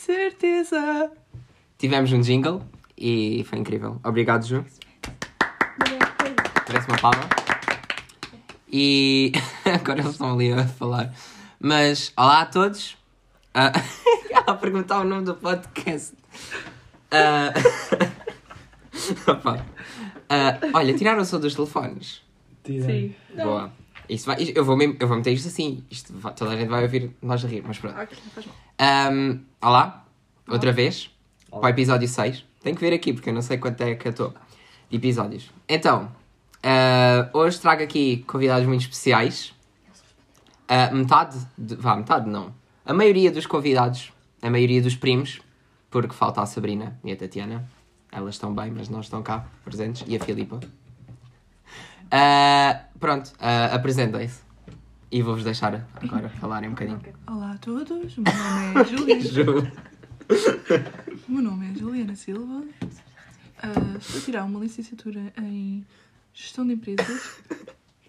Incerteza. Tivemos um jingle e foi incrível. Obrigado, Ju. Parece uma palma. E agora eles estão ali a falar. Mas olá a todos. Ah, Ela a perguntar o nome do podcast. Ah, Opa. Ah, olha, tiraram o som dos telefones. Tira. Sim. Boa. Isso vai, eu, vou mesmo- eu vou meter isto assim. Isto vai- toda a gente vai ouvir nós a rir, mas pronto. Ok, não faz mal. Ahm, olá, outra vez, Olá. para o episódio 6. Tenho que ver aqui, porque eu não sei quanto é que eu estou de episódios. Então, ah, hoje trago aqui convidados muito especiais. Ah, metade, de- vá, metade não. A maioria dos convidados, a maioria dos primos, porque falta a Sabrina e a Tatiana. Elas estão bem, mas não estão cá presentes. E a Filipa. Ah, pronto, ah, apresentem-se. E vou-vos deixar agora falarem um bocadinho. Olá a todos, o meu nome é Juliana, Ju. o meu nome é Juliana Silva, Ah, estou a tirar uma licenciatura em Gestão de Empresas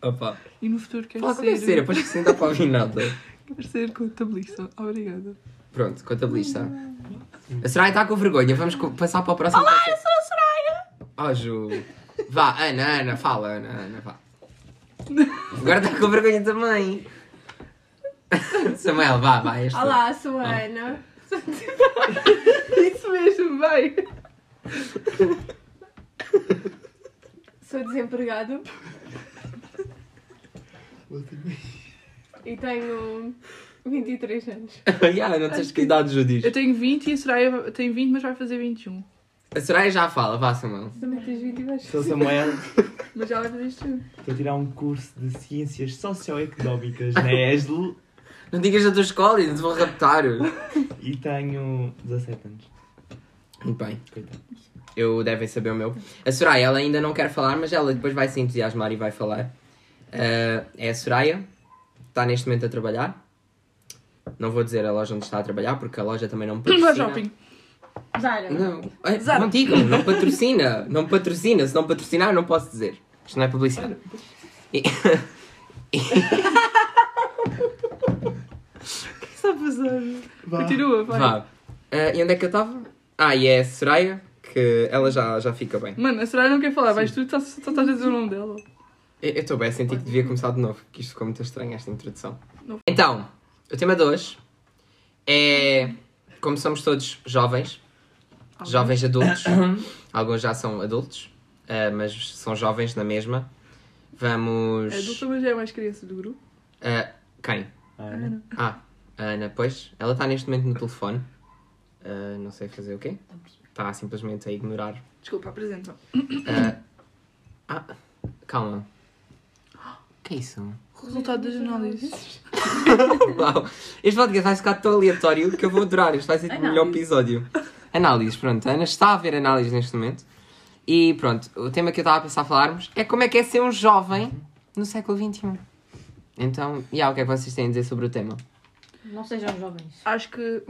Opa. e no futuro quero Fala com a ser, cera, depois que se ainda para ouvir nada. quero ser contabilista. Obrigada. Pronto, contabilista. A Soraya está com vergonha, vamos co- passar para o próximo. Olá, eu sou a Soraya! Oh, Ju. Vá, Ana, Ana, fala, Ana, Ana, vá. Agora está com vergonha também. Samuel, vá, vá. és tu. Olá, sou a Ana. Isso mesmo, vai! Sou desempregado e tenho 23 anos. yeah, não tens que idade, Ju, diz. Eu tenho 20 e a Soraya tem 20, mas vai fazer 21. A Soraya já fala, vá, Samuel. Também tens 20 e vais. Sou Samuel, Mas já vai fazer isto tudo. estou a tirar um curso de ciências socioeconómicas na ESL Não digas da tua escola, ainda te vão raptar. e tenho 17 anos. Muito bem. Tá. Coitado. Eu devem saber o meu. A Soraya, ela ainda não quer falar, mas ela depois vai se entusiasmar e vai falar. Ah, é a Soraya, está neste momento a trabalhar. Não vou dizer a loja onde está a trabalhar, porque a loja também não me Vai patrocina. ao shopping. Zara. Não, Ai, Zara. não digam, não patrocina. Não patrocina, se não patrocinar, eu não posso dizer. Isto não é publicidade. E- Está passando. Vá. Continua, vai. Vá. Ah, e onde é que eu estava? Ah, e é a Soraya, que ela já, já fica bem. Mano, a Soraya não quer falar, vais tu, só só estás a dizer o nome dela. Eu eu estou bem, senti que devia começar de novo, que isto ficou muito estranho, esta introdução. Não. Então, o tema de hoje é. Como somos todos jovens, jovens adultos, alguns já são adultos, ah, mas são jovens na mesma. Vamos. Adulta, mas é a mais criança do grupo. ah, quem? Ana. Ah, a Ana, pois. Ela está neste momento no telefone. Ah, não sei fazer o quê? Está simplesmente a ignorar. Desculpa, apresenta. Ah, ah, calma. Que é isso? Resultado das análises. Uau. Este podcast vai ficar tão aleatório que eu vou adorar. Este vai ser o melhor Análise. episódio. Análises, pronto. A Ana está a ver análises neste momento. E pronto, o tema que eu estava a pensar falarmos é como é que é ser um jovem no século XXI. Então, e há o que é que vocês têm a dizer sobre o tema? Não sejam jovens. Acho que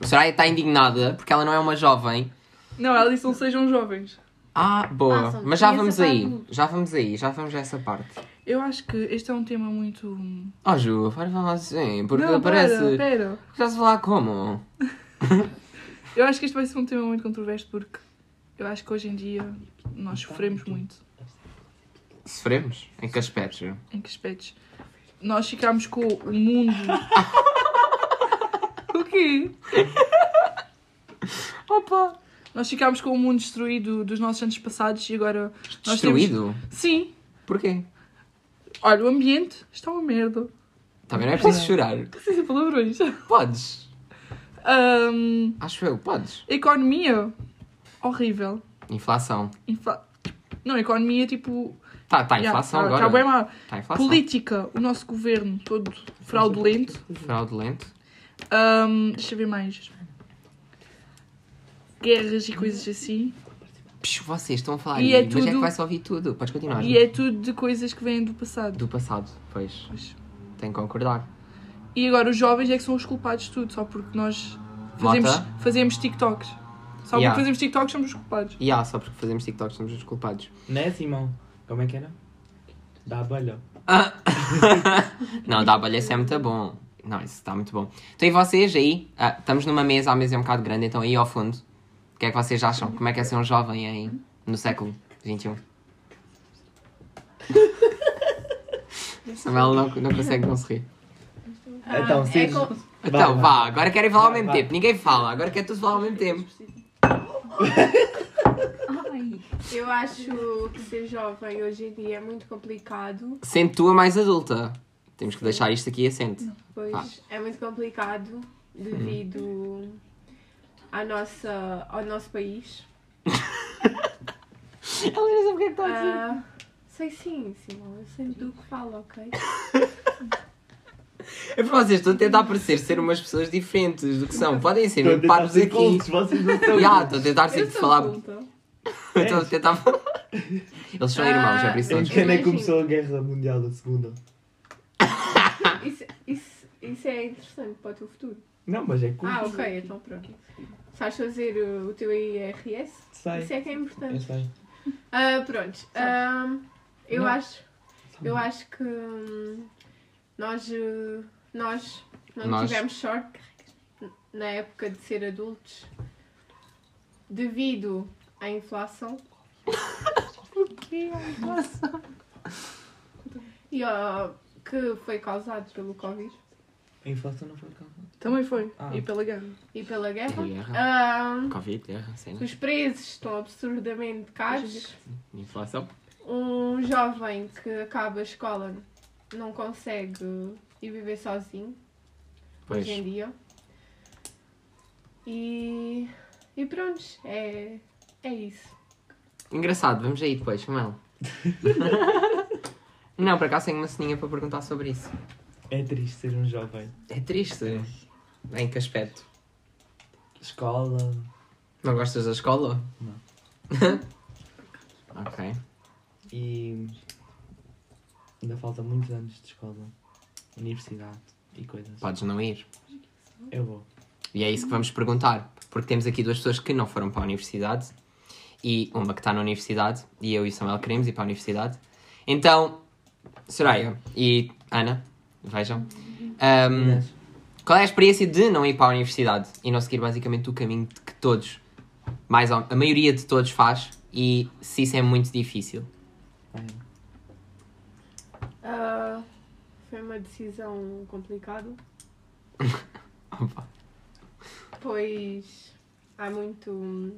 A Soraya está indignada porque ela não é uma jovem. Não, ela disse não sejam jovens. Ah, boa. Ah, são Mas já criança vamos para aí. adultos. Já vamos aí. Já vamos a essa parte. Eu acho que este é um tema muito. Oh, Ju, para falar assim. Porque não, parece. pera, pera. Já se falar como? Eu acho que este vai ser um tema muito controverso porque eu acho que hoje em dia nós sofremos muito. Sofremos? Em que aspectos? Ju? Em que aspectos? Nós ficámos com o mundo. o quê? Opa! Nós ficámos com o mundo destruído dos nossos antepassados e agora. Nós temos- Destruído? Sim. Porquê? Olha, o ambiente está uma merda. Também não é preciso chorar. Sem dizer palavrões. Podes. Ahm, Acho eu, podes. economia horrível. Inflação. Infla... Não, economia tipo. Tá, tá inflação Yeah, tá- tá bem agora. mal. Tá inflação. Política, o nosso governo todo fraudulento. Fraudulento. Ahm, deixa eu ver mais. Guerras e coisas assim. Pish, vocês estão a falar. E é Mas é que tudo- vai-se ouvir tudo. Podes continuar. E é tudo de coisas que vêm do passado. Do passado, pois. Pois. Tenho que concordar. E agora os jovens é que são os culpados de tudo, só porque nós fazemos, Mota? fazemos TikToks. Só Yeah. porque fazemos TikToks somos os culpados. E há, só porque fazemos TikToks somos os culpados. Né, Simão? Como é que era? Da abelha. Uhum. Não, da abelha é muito bom. Não, isso está muito bom. Então, e vocês aí? Ah, estamos numa mesa, a mesa é um bocado grande, então aí ao fundo, o que é que vocês acham? Como é que é ser um jovem em, no século um? XXI? Samuel não, não consegue não se rir. então, é seres... com- Então, vai. vá, agora querem falar ao Vai, mesmo vai. tempo. Ninguém fala, agora quer todos falar ao mesmo tempo. Ai, Eu acho que ser jovem hoje em dia é muito complicado, Sendo tu a mais adulta. Temos que deixar isto aqui assente. pois Ah. é muito complicado devido à nossa, ao nosso país. Ela não sabe o que é que está Ah, sei sim, Simão, eu sei do que falo, ok? É para vocês, estão a tentar parecer ser umas pessoas diferentes do que são. Podem ser Estou a mesmo tentar parvos ser aqui. cultos, vocês não são Já, cultos. estou a tentar Eu ser sou falar. culta. Estou a tentar falar. Eles são irmãos, é por isso que Em eles- que ano é que começou a Guerra Mundial, a Segunda? Isso, isso, isso é interessante para o teu futuro. Não, mas é culto. Ah, ok, então pronto. Sabes fazer uh, o teu IRS? Sei, Isso é que é eu importante. sei. Ah, pronto. Ahm, eu Não. Uhum. acho. Eu acho que hum, nós, uh, nós não Nós. tivemos sorte na época de ser adultos devido à inflação e ao, que foi causado pelo Covid A inflação não foi calma. Também foi. Ah. E pela guerra. e pela guerra. Guerra, Ahm, Covid, guerra, cenas, os preços estão absurdamente caros. inflação. Um jovem que acaba a escola não consegue ir viver sozinho Pois. hoje em dia. E, e pronto, é, é isso. Engraçado, vamos aí depois, Samuel. Não, por acaso tenho uma ceninha para perguntar sobre isso. É triste ser um jovem. É triste. Em que aspecto? Escola. Não gostas da escola? Não. ok. E ainda falta muitos anos de escola, universidade e coisas. Podes não ir. Eu vou. E é isso que vamos perguntar, porque temos aqui duas pessoas que não foram para a universidade e uma que está na universidade e eu e o Samuel queremos ir para a universidade. Então, Soraya e Ana, vejam, ahm, Mas, qual é a experiência de não ir para a universidade e não seguir basicamente o caminho que todos, mais ou- a maioria de todos faz e se isso é muito difícil? é, Ah, foi uma decisão complicada, Opa, pois há muito.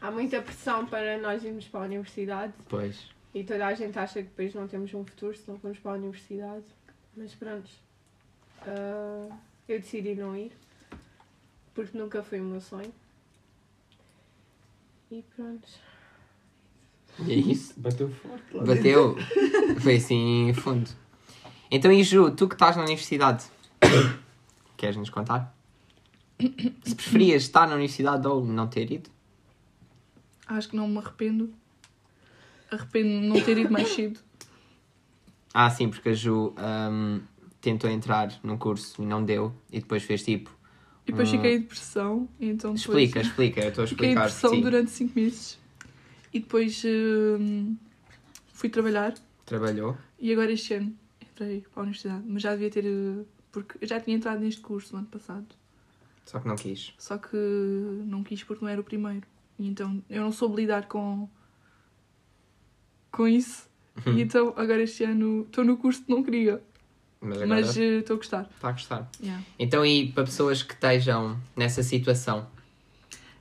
Há muita pressão para nós irmos para a universidade Pois. e toda a gente acha que depois não temos um futuro se não formos para a universidade. Mas pronto, Ah, eu decidi não ir porque nunca foi o meu sonho. E pronto. E é isso. Bateu forte lá. Bateu. Foi assim, fundo. Então, e Ju, tu que estás na universidade, queres nos contar? Se preferias estar na universidade ou não ter ido? Acho que não me arrependo. Arrependo-me de não ter ido mais cedo. Ah, sim, porque a Ju hum, tentou entrar num curso e não deu, e depois fez tipo. E depois Hum. fiquei em depressão. e então depois Explica, explica, eu estou a Fiquei em explicar. depressão Sim. durante 5 meses. E depois hum, fui trabalhar. Trabalhou. E agora este ano entrei para a universidade. Mas já devia ter... eh, Porque eu já tinha entrado neste curso no ano passado. Só que não quis. Só que não quis porque não era o primeiro. E então eu não soube lidar com, com isso. Uhum. E então agora este ano estou no curso que não queria. Mas agora Mas está eh, estou a gostar. a gostar. Yeah. Então, e para pessoas que estejam nessa situação,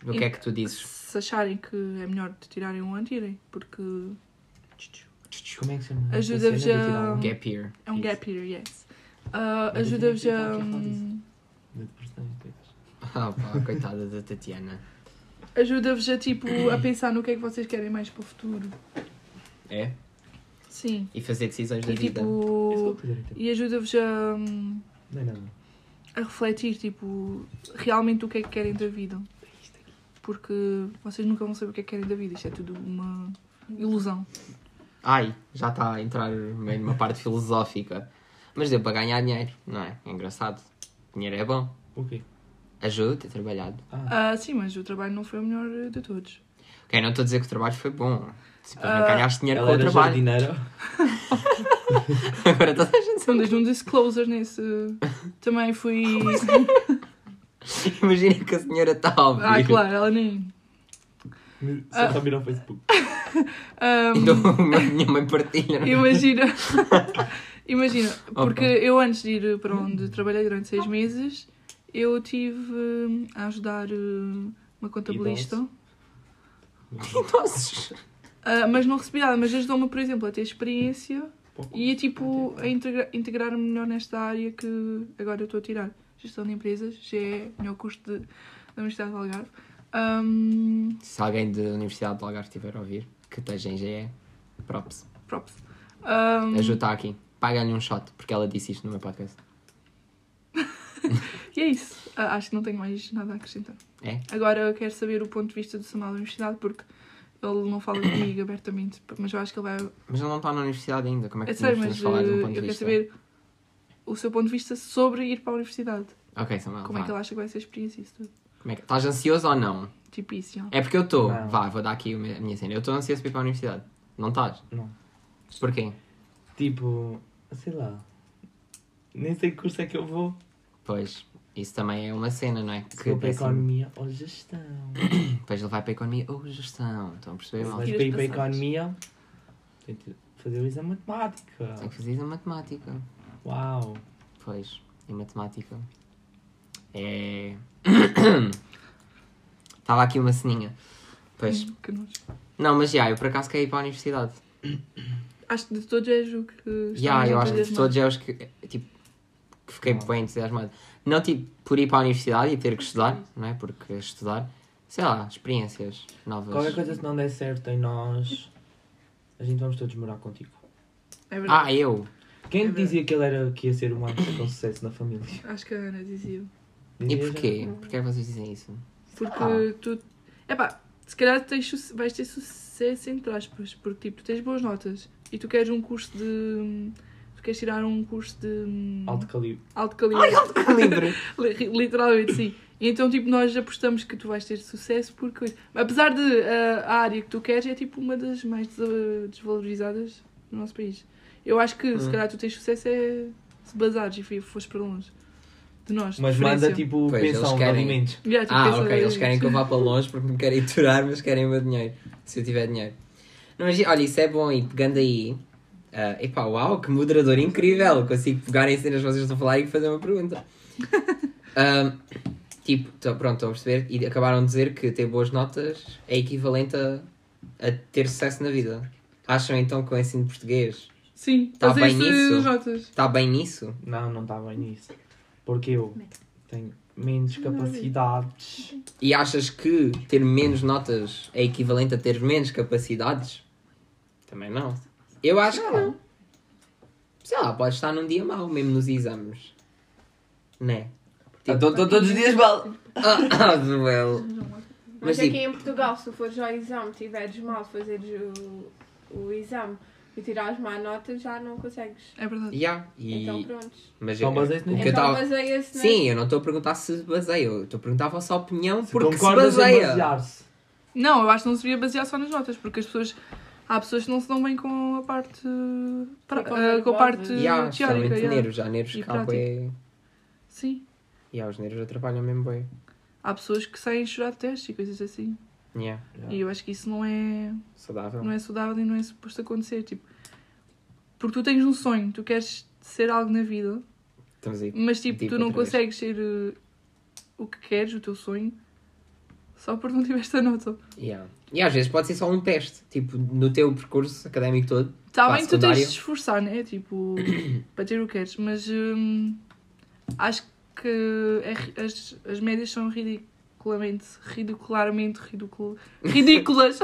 o que é que tu dizes? Se acharem que é melhor tirarem um ano, tirem. Porque Como é que chama? Ajuda-vos Essa cena de tirar a- um gap Gap year. é um Isso. gap year, yes. Ah, Mas eu Uhum. Ajuda-vos tinha que a. falar hum, de depressão e coisas. Ah, pá, coitada da Tatiana. Ajuda-vos a tipo a pensar no que é que vocês querem mais para o futuro. É? Sim. E fazer decisões da E vida. tipo. Isso é direito. E ajuda-vos a. hum, Não é nada. a refletir, tipo, realmente o que é que querem da vida. Porque vocês nunca vão saber o que é que querem da vida. Isto é tudo uma ilusão. Ai, já está a entrar meio numa parte filosófica. Mas deu para ganhar dinheiro, não é? É engraçado. Dinheiro é bom. O quê? Ajuda a ter trabalhado. Ah, Ah, sim, mas o trabalho não foi o melhor de todos. Ok, não estou a dizer que o trabalho foi bom. Sim, para Ah, não ganhaste dinheiro Ela com o era trabalho. jardineira. Agora toda a gente Então, desde um disclosure nesse. Também fui. assim? imagina que a senhora está a ouvir. Ah, claro, ela nem. Ah. Só para vir ao Facebook. Ahm, Então minha mãe partilha. não é? Imagina. Imagina, porque eu antes de ir para onde trabalhei durante seis meses, eu tive hum, a ajudar hum, uma contabilista. Idosos. Ah, mas não recebi nada, mas ajudou-me, por exemplo, a ter experiência Pouco. e tipo a integra- integrar-me melhor nesta área que agora eu estou a tirar. Gestão de empresas, GE, melhor curso de, da Universidade de Algarve. Hum, Ahm, Se alguém da Universidade de Algarve estiver a ouvir, que esteja em GE, props. props. Hum, Ahm, Ajuda aqui. Paga-lhe um shot, porque ela disse isto no meu podcast. E é isso. Ah, acho que não tenho mais nada a acrescentar. É? Agora eu quero saber o ponto de vista do Samuel da universidade, porque ele não fala comigo abertamente, mas eu acho que ele vai. Mas ele não está na universidade ainda. Como é que É nós sério, podemos mas falar de um eh, ponto de eu quero vista? saber o seu ponto de vista sobre ir para a universidade. Ok, Samuel, Como é que Ah, vá. ele acha que vai ser a experiência e isso tudo? Como é que- Estás ansioso ou não? Tipo isso, já. É porque eu estou. Não. Vá, vou dar aqui a minha a minha cena. Eu estou ansioso para ir para a universidade. Não estás? Não. Porquê? Tipo, sei lá. Nem sei que curso é que eu vou. Pois, isso também é uma cena, não é? Se vou para décimo- economia ou gestão. Depois ele vai para a economia ou gestão. Estão a perceber mal? Mas Seguir para as ir para passagens. economia, tem que fazer o exame de matemática. Tem que fazer a matemática. Uau. Pois, em matemática. É. Estava aqui uma ceninha. Pois. Hum, que nós. Não, mas já, eu por acaso quero ir para a universidade. Acho que de todos és o que. Já, está mais eu acho que de entusiasmado. todos é os que. Tipo, que fiquei bem entusiasmado. Não tipo por ir para a universidade e ter que estudar, não é? Porque estudar, sei lá, experiências novas. Qualquer coisa se não der certo em nós, a gente vamos todos morar contigo. É verdade. Ah, eu! Quem É que dizia que ele era que ia ser um ano com sucesso na família? Ah. Acho que a Ana dizia. E Dizia, porquê? já? Porquê é vocês dizem isso? Porque Ah. tu. Epá, se calhar tens, suce- vais ter sucesso entre aspas, porque tipo, tu tens boas notas e tu queres um curso de. Tu queres tirar um curso de. hum, Alto calibre. alto calibre. Livre! Li- Literalmente, sim. E Então, tipo, nós apostamos que tu vais ter sucesso porque. Apesar de ah, a área que tu queres é tipo uma das mais desa- desvalorizadas do nosso país. Eu acho que se Hum. calhar tu tens sucesso é se basares e fi- fores para longe de nós. de Mas preferência. manda tipo Pois, eles pensão de querem. alimentos. Yeah, tipo, Ah, pensa- ok, eles querem que eu vá para longe porque me querem aturar, mas querem o meu dinheiro. Se eu tiver dinheiro. Não, mas olha, isso é bom e pegando aí. ah, epá, uau, que moderador incrível! Consigo pegar em cenas que vocês estão a falar e fazer uma pergunta. Ahm, tipo, tô- pronto, estão a perceber? E acabaram de dizer que ter boas notas é equivalente a, a ter sucesso na vida. Acham então que o ensino português Sim, Tá fazer bem isso nisso? nas notas. está bem nisso? Não, não está bem nisso. Porque eu tenho menos é capacidades. E achas que ter menos notas é equivalente a ter menos capacidades? Também não. Eu acho que não. Sei lá, pode estar num dia mau, mesmo nos exames. Né? Tipo, Estou Ah, todos os dias mal. ah, well. Mas, é Mas aqui tipo- em Portugal, se fores ao exame, tiveres mal de fazeres o, o exame e tirares má nota, já não consegues. É verdade. Yeah. E, Então prontos. mas Então eu- baseia-se no o que eu Então tava- baseia-se na- Sim, eu não estou a perguntar se baseia, eu estou a perguntar a vossa opinião porque se Concordas é em baseia. basear-se? Não, eu acho que não se devia basear só nas notas, porque as pessoas. Há pessoas que não se dão bem com a parte. pra- E ah, com com a nervosas. parte Yeah, teórica. especialmente yeah. nervos, já nervos E que há bué- Sim. Yeah, os nervos atrapalham mesmo bem. Há pessoas que saem chorar de testes e coisas assim. Yeah, E eu acho que isso não é, saudável. não é saudável e não é suposto acontecer. Tipo, porque tu tens um sonho, tu queres ser algo na vida, Estamos aí. mas tipo, Tipo, tu não outra vez. consegues ser eh, o que queres, o teu sonho, só porque não tiveste a nota. Yeah. E às vezes pode ser só um teste, tipo, no teu percurso académico todo. Está Pá, Tá bem que tu tens de secundário. te esforçar, né? Tipo, para ter o que queres, mas hum, acho que é ri- as, as médias são ridiculamente, ridicularmente ridicul, ridículas.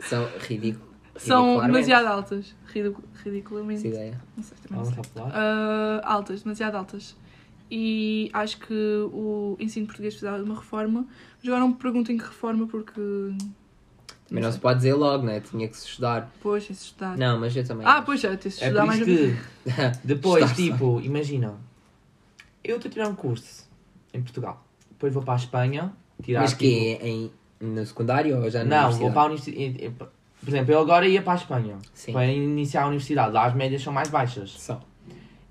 São ridículos. São Ridicularmente. demasiado altas. Ridicu- Ridiculamente. Essa é. ideia. Não sei, também Ela não não sei. sabe falar. Ah, altas, demasiado altas. E acho que o ensino português precisava de uma reforma. Mas agora não me perguntem que reforma, porque. Mas não se pode dizer logo, né? Tinha que se estudar. Pois, é-se estudar. Não, mas eu também. Ah, acho. pois já, ter-se É estudar por mais. um isso que depois, tipo, imagina, eu estou a tirar um curso em Portugal, depois vou para a Espanha tirar. Mas que tipo, é em, no secundário ou já na Não, vou universidade? para a universidade. eh, Por exemplo, eu agora ia para a Espanha Sim. para iniciar a universidade. Lá as médias são mais baixas. Só.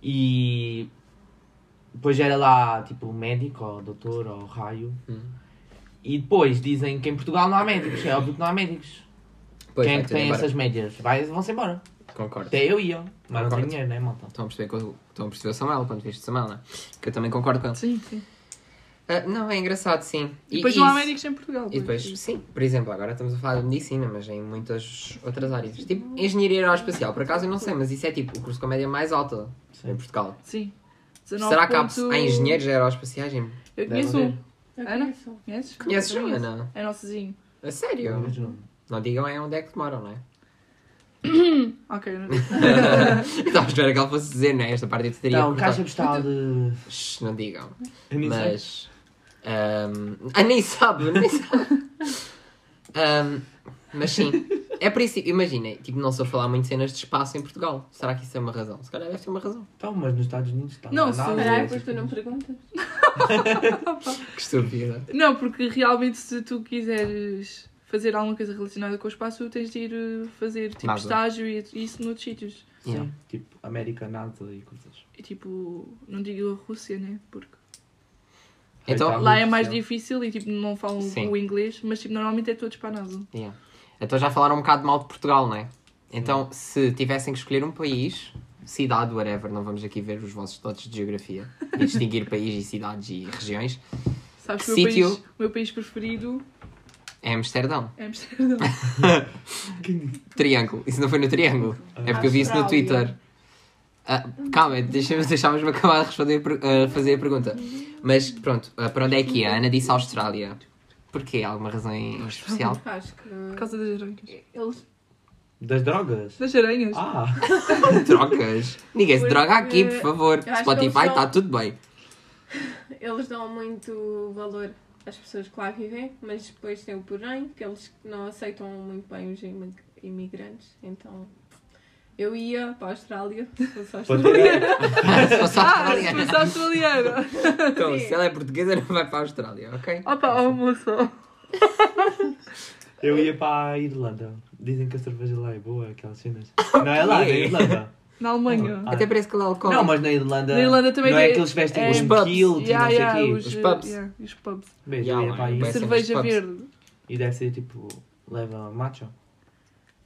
E depois era lá tipo médico ou doutor ou raio. Hum. E depois dizem que em Portugal não há médicos. É óbvio que não há médicos. Pois, Quem é vai que tudo tem embora. essas médias? Vai, vão-se embora. Concordo. Até eu ia. Mas não Concordo. tenho dinheiro, né, malta? Estão a perceber que eu- estão a perceber o Samuel quando viste o Samuel, não é? Que eu também concordo com ele. um- Sim, sim. Ah, não, é engraçado, sim. E depois não há isso- médicos em Portugal. E depois, sim, por exemplo, agora estamos a falar de medicina, mas em muitas outras áreas. Tipo, engenharia aeroespacial, por acaso eu não sei, mas isso é tipo o curso com a média mais alta em Sim. Portugal. Sim. 19 Será que há, ponto- há engenheiros aeroespaciais? Em... Eu Deve conheço haver. um. Eu Ana? conheço. Conheces? Conheces Eu um, conheço. Ana? É nosso vizinho. A sério? Não vejo nome. Não digam é onde é que moram, não é? Ok, não- Estava a esperar que ela fosse dizer, não é? Esta parte eu te teria. Não, cortado. Então, caixa postal de. Shhh, não digam. Eu nem sei. Mas. ahm, Ah, nem sabe, nem sabe. Ahm, mas sim. É por isso, imaginem, tipo, não sou a falar muito cenas de espaço em Portugal. Será que isso é uma razão? Se calhar deve ser uma razão. Então, mas nos Estados Unidos está. Não, está se- nada. né? Caralho, pois tu não perguntas. Que estúpida. Não, porque realmente se tu quiseres fazer alguma coisa relacionada com o espaço, tens de ir eh, fazer tipo Nada. estágio e isso noutros sítios. Sim, Yeah. tipo, América, nada e coisas. E tipo, não digo a Rússia, né? Porque Então, Coitado. lá é mais Rússia. difícil e tipo não falam Sim. o inglês, mas tipo normalmente é todos para a NASA. yeah. então já falaram um bocado mal de Portugal, não é? Então, se tivessem que escolher um país, cidade, whatever, não vamos aqui ver os vossos dotes de geografia e distinguir país e cidades e regiões, Sabes Que que o meu país, sítio? o meu país preferido é Amsterdão. é Amsterdão. Triângulo. Isso não foi no Triângulo. É porque eu vi isso no Austrália. Twitter. Ah, calma, deixa-me deixávamos-me acabar de responder, a per- a fazer a pergunta. Mas pronto, ah, para onde é que é? A Ana disse Austrália. Porquê? Alguma razão em especial? Acho que. Por causa das aranhas. Eles. Das drogas? Das aranhas? Ah! Drogas! Ninguém se Porque- droga aqui, por favor. eh, Eu acho que Spotify eles são- está tudo bem. Eles dão muito valor às pessoas que lá vivem, mas depois tem o porém, que eles não aceitam muito bem os imi- imigrantes. Então, eu ia para a Austrália, se fosse a Pois é. Austrália. se fosse Ah, se Austrália. fosse australiana! Então, se ela é portuguesa, não vai para a Austrália, ok? Opa, almoço! Eu ia para a Irlanda. Dizem que a cerveja lá é boa, aquelas cenas. Não é lá, na quê? Irlanda. Na Alemanha. Ah, Até parece que ela é alcoólica. Não, mas na Irlanda. Na Irlanda também Não é tem- que eles vestem é- os Os pubs. kilt e não Yeah, sei yeah, quê. é os, eh, Os pubs. yeah, os pubs. Bem, Yeah, eu ia para aí. mano, Vai ser nos Cerveja pubs. verde. E deve ser tipo. Leva macho?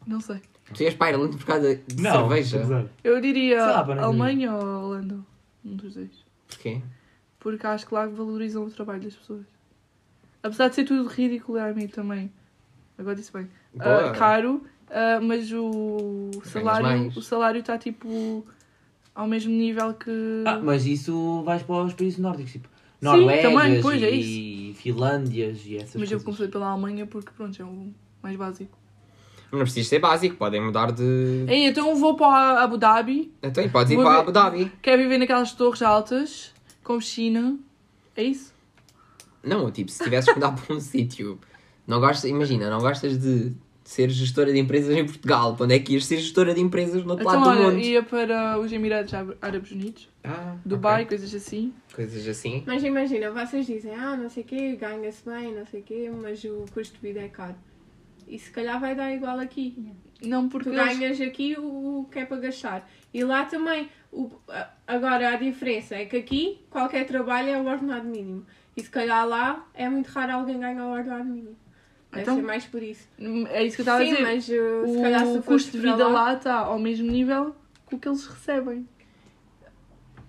Não sei. Tu ias para a Irlanda por causa de cerveja. apesar. Eu Sei diria lá, para mim. Alemanha ou Holanda. Um dos dois. Porquê? Porque acho que lá valorizam o trabalho das pessoas. Apesar de ser tudo ridicularmente também. Agora disse bem. Boa. Ah, caro, ah, mas o salário mais. o salário está tipo ao mesmo nível que. Ah, mas isso vais para os países nórdicos, tipo. Sim, Noruegas também, pois, é e Finlândias e essas mas eu coisas. comecei pela Alemanha porque pronto, é o mais básico. Não precisas ser básico, podem mudar de. Ei, então vou para Abu Dhabi, Então, e podes ir Vou para ver- Abu Dhabi. quero viver naquelas torres altas, com piscina. É isso? Não, tipo, se tivesses que mudar para um sítio, não gostas, imagina, não gostas de ser gestora de empresas em Portugal, para onde é que ias ser gestora de empresas no outro Então, lado do olha, mundo? ia para os Emirados Árab- Árabes Unidos, Ah, Dubai, ok. coisas assim. Coisas assim. Mas imagina, vocês dizem, ah, não sei o quê, ganha-se bem, não sei o quê, mas o custo de vida é caro. E se calhar vai dar igual aqui. Não porque. Tu eles- ganhas aqui o, o que é para gastar. E lá também. O, a- agora, a diferença é que aqui qualquer trabalho é o ordenado mínimo. E se calhar lá é muito raro alguém ganhar o ordenado mínimo. Deve Então- ser mais por isso. É isso que eu estava a Sim, dizer. mas uh, se calhar se o fores custo de para vida lá está ao mesmo nível que o que eles recebem.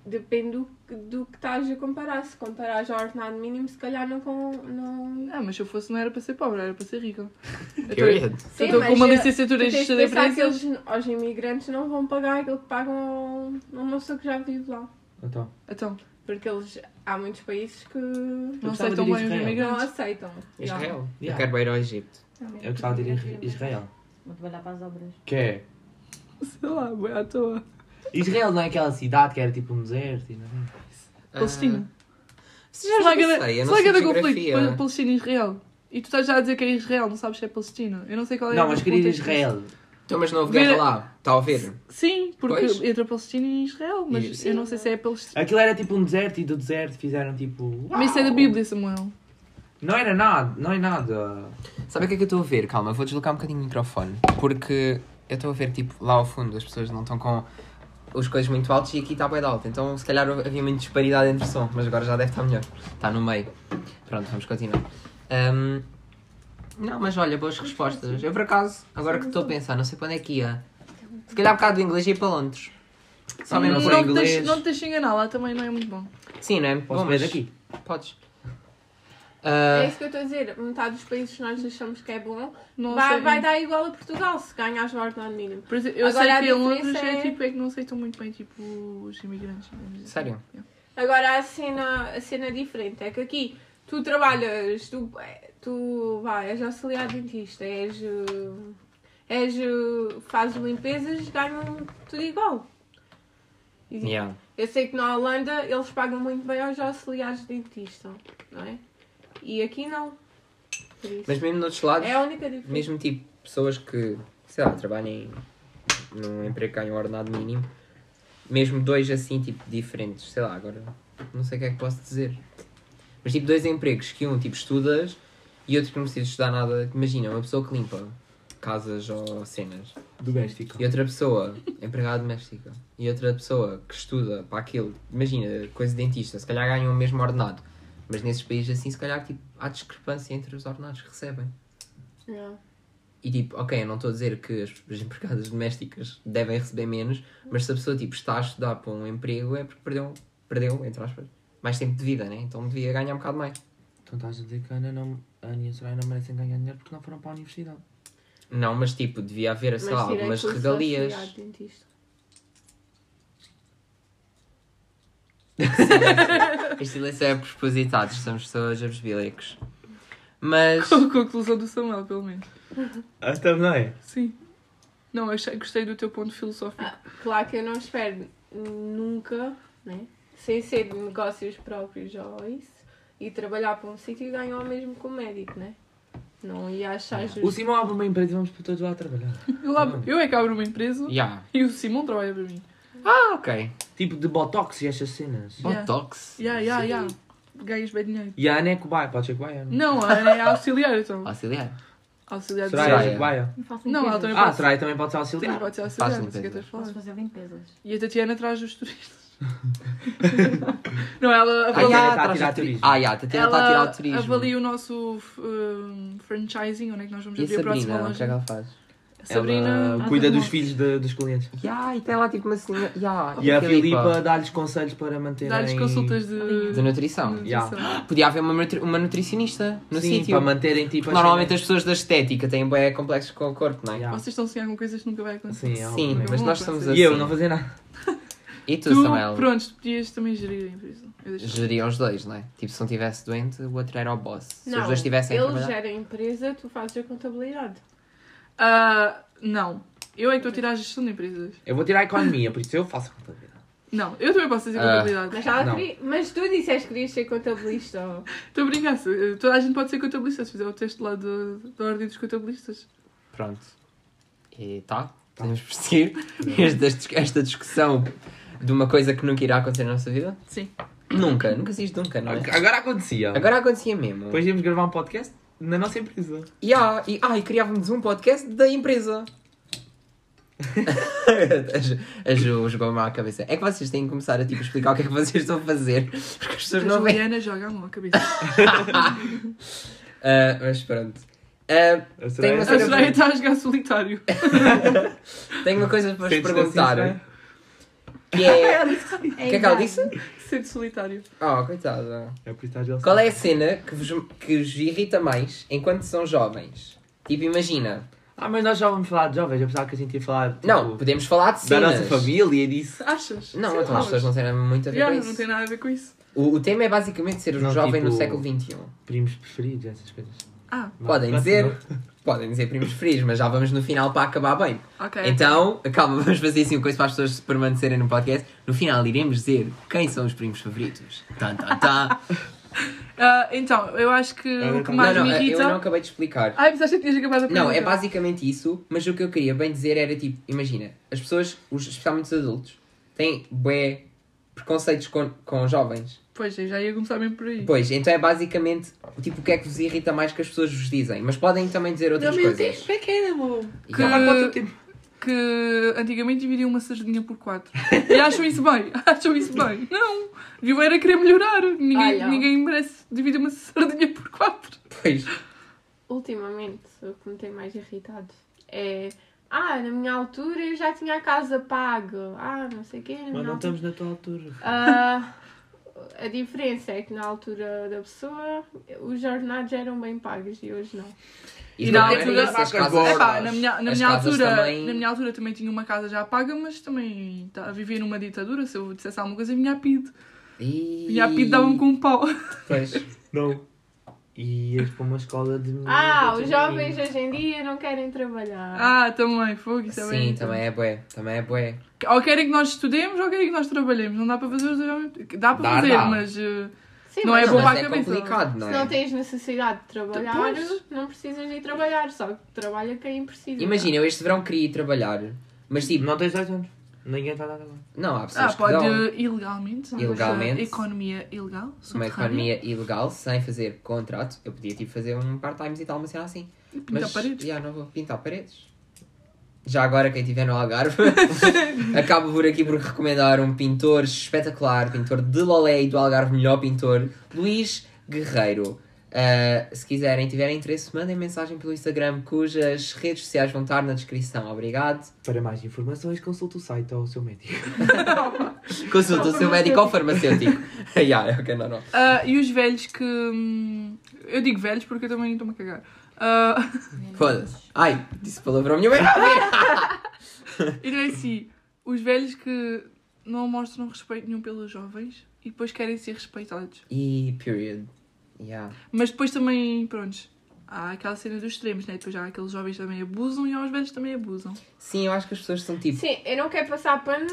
Depende do, que- do que estás a comparar. Se comparares ao ordenado mínimo, se calhar não. Com, não... Ah, mas se eu fosse não era para ser pobre, era para ser rica. Então, Period. Se eu estou com mas, uma eh, licenciatura em Tu tens gestão de de pensar que empresas, eles, aos imigrantes não vão pagar aquilo que pagam a uma pessoa que já vive lá. Então. então, Porque eles, há muitos países que não gostava aceitam de ir bem a os Israel. não imigrantes. aceitam. Israel. Eu Yeah. quero ir ao Egito. assim. Eu gostava de ir em Israel. Vou trabalhar para as obras. Que é? Sei lá, boi à toa. Israel não é aquela cidade que era tipo um deserto e não é? Palestina. Você Ah, já Slaga não é da- sei, eu não sei slaga da conflito, geografia. Pa- Palestina e Israel. E tu estás já a dizer que é Israel, não sabes se é Palestina. Eu não sei qual é Não, o mas queria ir a contexto. Israel. Então, mas não houve guerra Ver- lá, está a ver? Sim, porque Pois. entre a Palestina e Israel, mas E- eu não sei se é a Palestina. Aquilo era tipo um deserto e do deserto fizeram tipo. Mas isso é da uau! Bíblia, Samuel. Não era nada, não é nada. Sabe o que é que eu estou a ver? Calma, eu vou deslocar um bocadinho o microfone. Porque eu estou a ver, tipo, lá ao fundo as pessoas não estão com os coisas muito altos e aqui está bem alto. Então, se calhar havia muita disparidade entre o som, mas agora já deve estar melhor. Está no meio. Pronto, vamos continuar. Ahm, não, mas olha, boas respostas. Eu, por acaso, agora que estou a pensar, não sei para onde é que ia. Se calhar um bocado do inglês ia para Londres. Só mesmo Hum, Não, por não te inglês. deixes- não te deixes enganar, lá também não é muito bom. Sim, não é? Posso Bom, mas ver daqui? Podes. É Ah, isso que eu estou a dizer. Metade dos países que nós achamos que é bom Não vai, sei. vai dar igual a Portugal se ganhas o ordenado mínimo. Por exemplo, eu Agora, a sei que em Londres diferença é... é- tipo, é que não aceitam muito bem tipo, os imigrantes. vamos dizer. Sério? É. Agora a cena, a cena diferente é que aqui tu trabalhas, tu, eh, tu vá, és auxiliar dentista, és, uh, és uh, fazes limpezas, ganham tudo igual. E yeah. Eu sei que na Holanda eles pagam muito bem aos auxiliares de dentista, não é? E aqui não. Por isso. Mas mesmo noutros lados, É a única diferença. mesmo tipo pessoas que, sei lá, trabalhem num emprego que ganham um ordenado mínimo, mesmo dois assim, tipo, diferentes, sei lá, agora não sei o que é que posso dizer. Mas tipo, dois empregos que um tipo estudas e outro que não precisa estudar nada. Imagina, uma pessoa que limpa casas ou cenas. Doméstico. E outra pessoa, empregada doméstica. E outra pessoa que estuda para aquilo, imagina, coisa de dentista, se calhar ganham o mesmo ordenado. Mas nesses países assim, se calhar tipo, há discrepância entre os ordenados que recebem. Não. E tipo, ok, eu não estou a dizer que as, as empregadas domésticas devem receber menos, mas se a pessoa tipo, está a estudar para um emprego é porque perdeu, perdeu entre aspas, mais tempo de vida, né? Então devia ganhar um bocado mais. Então estás a dizer que a Ana, não, a Ana e a Soraya não merecem ganhar dinheiro porque não foram para a universidade. Não, mas tipo, devia haver, sei lá, tirei algumas curso de regalias. auxiliar de dentista. Este silêncio é propositado, somos pessoas absbílicos. Mas. Com a conclusão do Samuel, pelo menos. Ah, também. Sim. Não, eu achei- gostei do teu ponto filosófico. Ah. Claro que eu não espero nunca, né? Sem ser de negócios próprios ou isso. E trabalhar para um sítio e ganhar o mesmo que o médico, né? Não ia achar O justo. Simão abre uma empresa e vamos para todos lá trabalhar. Eu, abro- eu é que abro uma empresa Yeah. e o Simão trabalha para mim. Ah, ok. tipo de botox e estas cenas. Yeah. Botox. Ya, ya, ya. Ganhas bem dinheiro. E a Ana é cobaia, pode ser cobaia. não? Não, a Ana é auxiliar então. Auxiliar. Auxiliar de Soraya. Soraya, é cobaia. Não faço Não, ela limpezas. também Ah, a pode, Soraya também pode ser também auxiliar. pode ser auxiliar, Faz não sei o que estás a Posso falar. fazer limpezas. E a Tatiana atrás dos turistas. não, ela Ah, avalia, tá yeah. tá a tirar turismo. Ah, yeah, a Tatiana está a tirar ela o turismo. avalia o nosso f- um, franchising, onde é que nós vamos E a abrir a próxima Sabrina, o que é loja. que ela faz? A Sabrina. Ela cuida Ah, tá dos bom. filhos de- dos clientes. Yeah, e tem lá tipo uma senhora. Yeah, E a Filipa dá-lhes conselhos para manter Dá-lhes consultas de. De nutrição. de Yeah. nutrição. Podia haver uma, nutri- uma nutricionista no Sim, sítio. para manterem tipo... as Normalmente as cenas. pessoas da estética têm bem complexos com o corpo, não é? Yeah. Vocês estão a sonhar com coisas que nunca vai acontecer. Sim, é Sim, óbvio. mas nós somos assim. E eu, não fazia nada. E tu, Tu, Samuel? pronto, tu podias também gerir a empresa. Eu deixo- Geriam os dois, não é? Tipo, se um estivesse doente, o outro era o boss. Se Não, os dois estivessem a ele trabalhar. gera a empresa, tu fazes a contabilidade. Ah, não. Eu é que estou a tirar a gestão de empresas. Eu vou tirar a economia, por isso eu faço a contabilidade. Não, eu também posso fazer Ah. contabilidade. Mas, ela Não. queria- mas tu disseste que querias ser contabilista. ó. Estou a brincar, se- eh, toda a gente pode ser contabilista, se fizer o teste lá do- da ordem dos contabilistas. Pronto. E tá, podemos prosseguir esta, esta discussão de uma coisa que nunca irá acontecer na nossa vida? Sim. Nunca, nunca se diz nunca, não é? Agora acontecia. Agora acontecia mesmo. Depois íamos gravar um podcast na nossa empresa. E, ah, e, ah, e criávamos um podcast da empresa. a Ju- a Ju jogou mal a cabeça. É que vocês têm que começar a tipo, explicar o que é que vocês estão a fazer. Porque as A pessoas não veem. Juliana joga a mão à cabeça. Ah, mas pronto. Ah, A Tem uma a Será Soraya que- está a jogar solitário. tenho uma coisa para vos Sentes-te perguntar. assim, que é. O que é que ela idade. disse? Ser solitário. Oh, coitada. É por isso que estás Qual é a cena que vos, que vos irrita mais enquanto são jovens? Tipo, imagina. Ah, mas nós já vamos falar de jovens, eu pensava que a gente ia falar tipo, Não, podemos falar de da cenas. nossa família e disso. Achas? Não, Sim, então as pessoas não têm muito a ver Já, com não tem isso. nada a ver com isso. O, o tema é basicamente ser um Não, jovem no tipo- século um. XXI. Primos preferidos, essas coisas. Ah, Vá, Podem continua. dizer, podem dizer primos frios, mas já vamos no final para acabar bem. ok. Então, calma, vamos fazer assim uma coisa para as pessoas permanecerem no podcast. No final iremos dizer quem são os primos favoritos. Tá, tá, tá. Ah, então, eu acho que Ah, o que tá. mais não, me não, eu Ah, irrita. não acabei de explicar. Ai, pensaste que tinhas acabado a pergunta. Não, é basicamente isso, mas o que eu queria bem dizer era tipo, imagina, as pessoas, os, especialmente os adultos, têm bué preconceitos com, com jovens. Pois, eu já ia começar mesmo por aí. Pois, então é basicamente tipo o que é que vos irrita mais que as pessoas vos dizem. Mas podem também dizer outras Não, meu Deus, coisas. como é que é, amor? Que- Há quanto tempo? Que antigamente dividiam uma sardinha por quatro. E acham isso bem? Acham isso bem? Não! Viu era querer melhorar. Ninguém, Ai, ó. ninguém merece dividir uma sardinha por quatro. Pois. Ultimamente, o que me tem mais irritado é. Ah, na minha altura eu já tinha a casa paga. Ah, não sei o quê. Na minha Mas não altura... estamos na tua altura. Ah, a diferença é que na altura da pessoa os jornados eram bem pagos e hoje não. E na também altura- as casas- Epá, Ah, na minha, na as minha casas altura, também- na minha altura também tinha uma casa já paga, mas também tá, vivia numa ditadura. Se eu dissesse alguma coisa, vinha a PID. Ih, Vinha a PID dava-me com um pau. Pois. Não. E ias para uma escola de meninos. Ah, de os jovens meninos. hoje em dia não querem trabalhar. Ah, também, fogo, isso é bem- Sim, também é bué. Também é bué. Ou querem que nós estudemos ou querem que nós trabalhemos. Não dá para fazer os dois ao mesmo tempo. Dá para Dá, fazer, dá. mas. eh, Sim, não mas é bom para a se Mas é cabeça. complicado, não se é? não tens necessidade de trabalhar, Pois. não precisas de ir trabalhar, só que trabalha quem precisa. Imagina, eu este verão queria ir trabalhar, mas tipo, Não tens 18 anos. Ninguém está a dar trabalho. não, há Ah, pessoas que pode dão ilegalmente. não Ilegalmente. deixa- Economia ilegal. uma subterrânea. economia ilegal sem fazer contrato. Eu podia tipo fazer um part-time e tal, uma cena assim. E pintar Mas paredes. já não vou pintar paredes. Já agora, quem estiver no Algarve, acabo por aqui por recomendar um pintor espetacular, pintor de Lolé e do Algarve, melhor pintor, Luís Guerreiro. Ah, se quiserem, tiverem interesse, mandem mensagem pelo Instagram, cujas redes sociais vão estar na descrição. Obrigado. Para mais informações, consulte o site ou o seu médico. Consulta o seu médico ou farmacêutico. yeah, é o que é normal. Ah, e os velhos que. hum, Eu digo velhos porque eu também estou-me a cagar. Ah, Foda-se. Ai, disse palavrão minha mãe. não vê. e não é assim. Os velhos que não mostram respeito nenhum pelos jovens e depois querem ser respeitados. E period. Yeah. Mas depois também, prontos. Há aquela cena dos extremos, né? Depois já aqueles jovens também abusam e há os velhos que também abusam. Sim, eu acho que as pessoas são tipo. Sim, eu não quero passar pano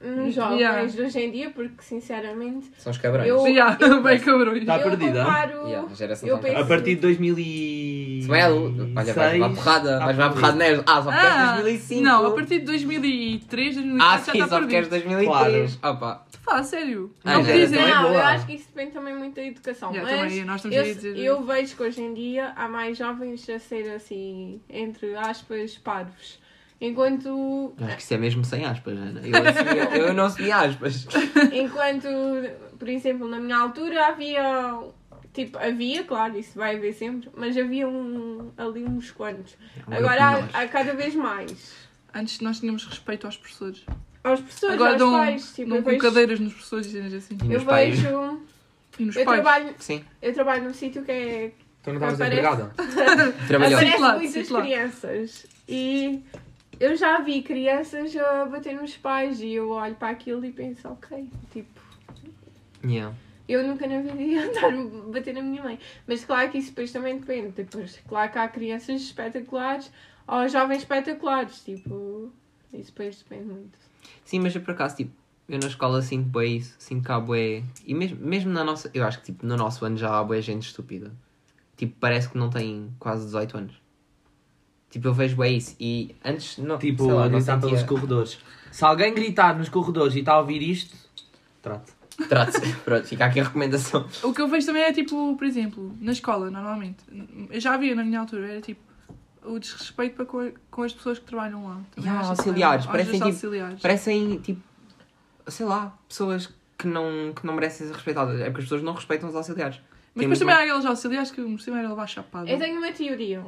nos jovens Yeah. de hoje em dia, porque sinceramente São os cabrões. Eu- Sim, já, bem cabrões. Tá eu perdida. comparo. Yeah, a geração eu tá um penso- bocado- A partir de 2006... Se vai à lua- Olha, vais levar porrada. Vais levar porrada neves. Ah, só porque és Ah, 2005. Não, a partir de 2003, 2004 Ah, já sim, está só porque és perdido. 2003. Opa. Fala, sério. Ah, não é já quer era dizer. também Não, eu boa. acho que isso depende também muito da educação. Já, mas também, nós estamos a eu, dizer- eu vejo que hoje em dia há mais jovens a ser assim, entre aspas, parvos. Enquanto, Acho que isso é mesmo sem aspas, Ana. Eu, assumi- eu não assumi aspas. enquanto, por exemplo, na minha altura havia, tipo, havia, claro, isso vai haver sempre, mas havia um, ali uns quantos. Agora há, há cada vez mais. Antes nós tínhamos respeito aos professores. Aos professores, Agora um- aos dão, pais, tipo, dão eu com vejo, cadeiras nos professores e cenas assim. E eu nos pais. vejo, E nos eu pais. trabalho, Sim. eu trabalho num sítio que é Então não estavas Aparece- empregada? Trabalhou. Sim, Aparecem claro, muitas sim, claro. crianças. E eu já vi crianças a bater nos pais e eu olho para aquilo e penso, ok, tipo, Yeah. eu nunca na vida ia andar a bater na minha mãe. Mas claro que isso depois também depende. Depois, claro que há crianças espetaculares ou jovens espetaculares, tipo, isso depois depende muito. Sim, mas eu por acaso, tipo, eu na escola sinto bué isso, sinto que há bué... E mesmo, mesmo na nossa... Eu acho que, tipo, no nosso ano já há bué gente estúpida. Tipo, parece que não tem quase 18 anos. Tipo, eu vejo bué isso. E antes, não, Tipo, sei lá, a não gritar sentia... pelos corredores. Se alguém gritar nos corredores e está a ouvir isto, trate. Trate-se. Pronto, fica aqui a recomendação. O que eu vejo também é tipo, por exemplo, na escola, normalmente. Eu já havia na minha altura, era tipo o desrespeito para com, com as pessoas que trabalham lá. Também Yeah, acho isso auxiliares, bem- aos parecem nossos tipo- auxiliares. Parecem, tipo, sei lá, pessoas que não, que não merecem ser respeitadas. É porque as pessoas não respeitam os auxiliares. é Mas depois tipo- também há aqueles auxiliares que por cima era levar chapada. Eu tenho uma teoria.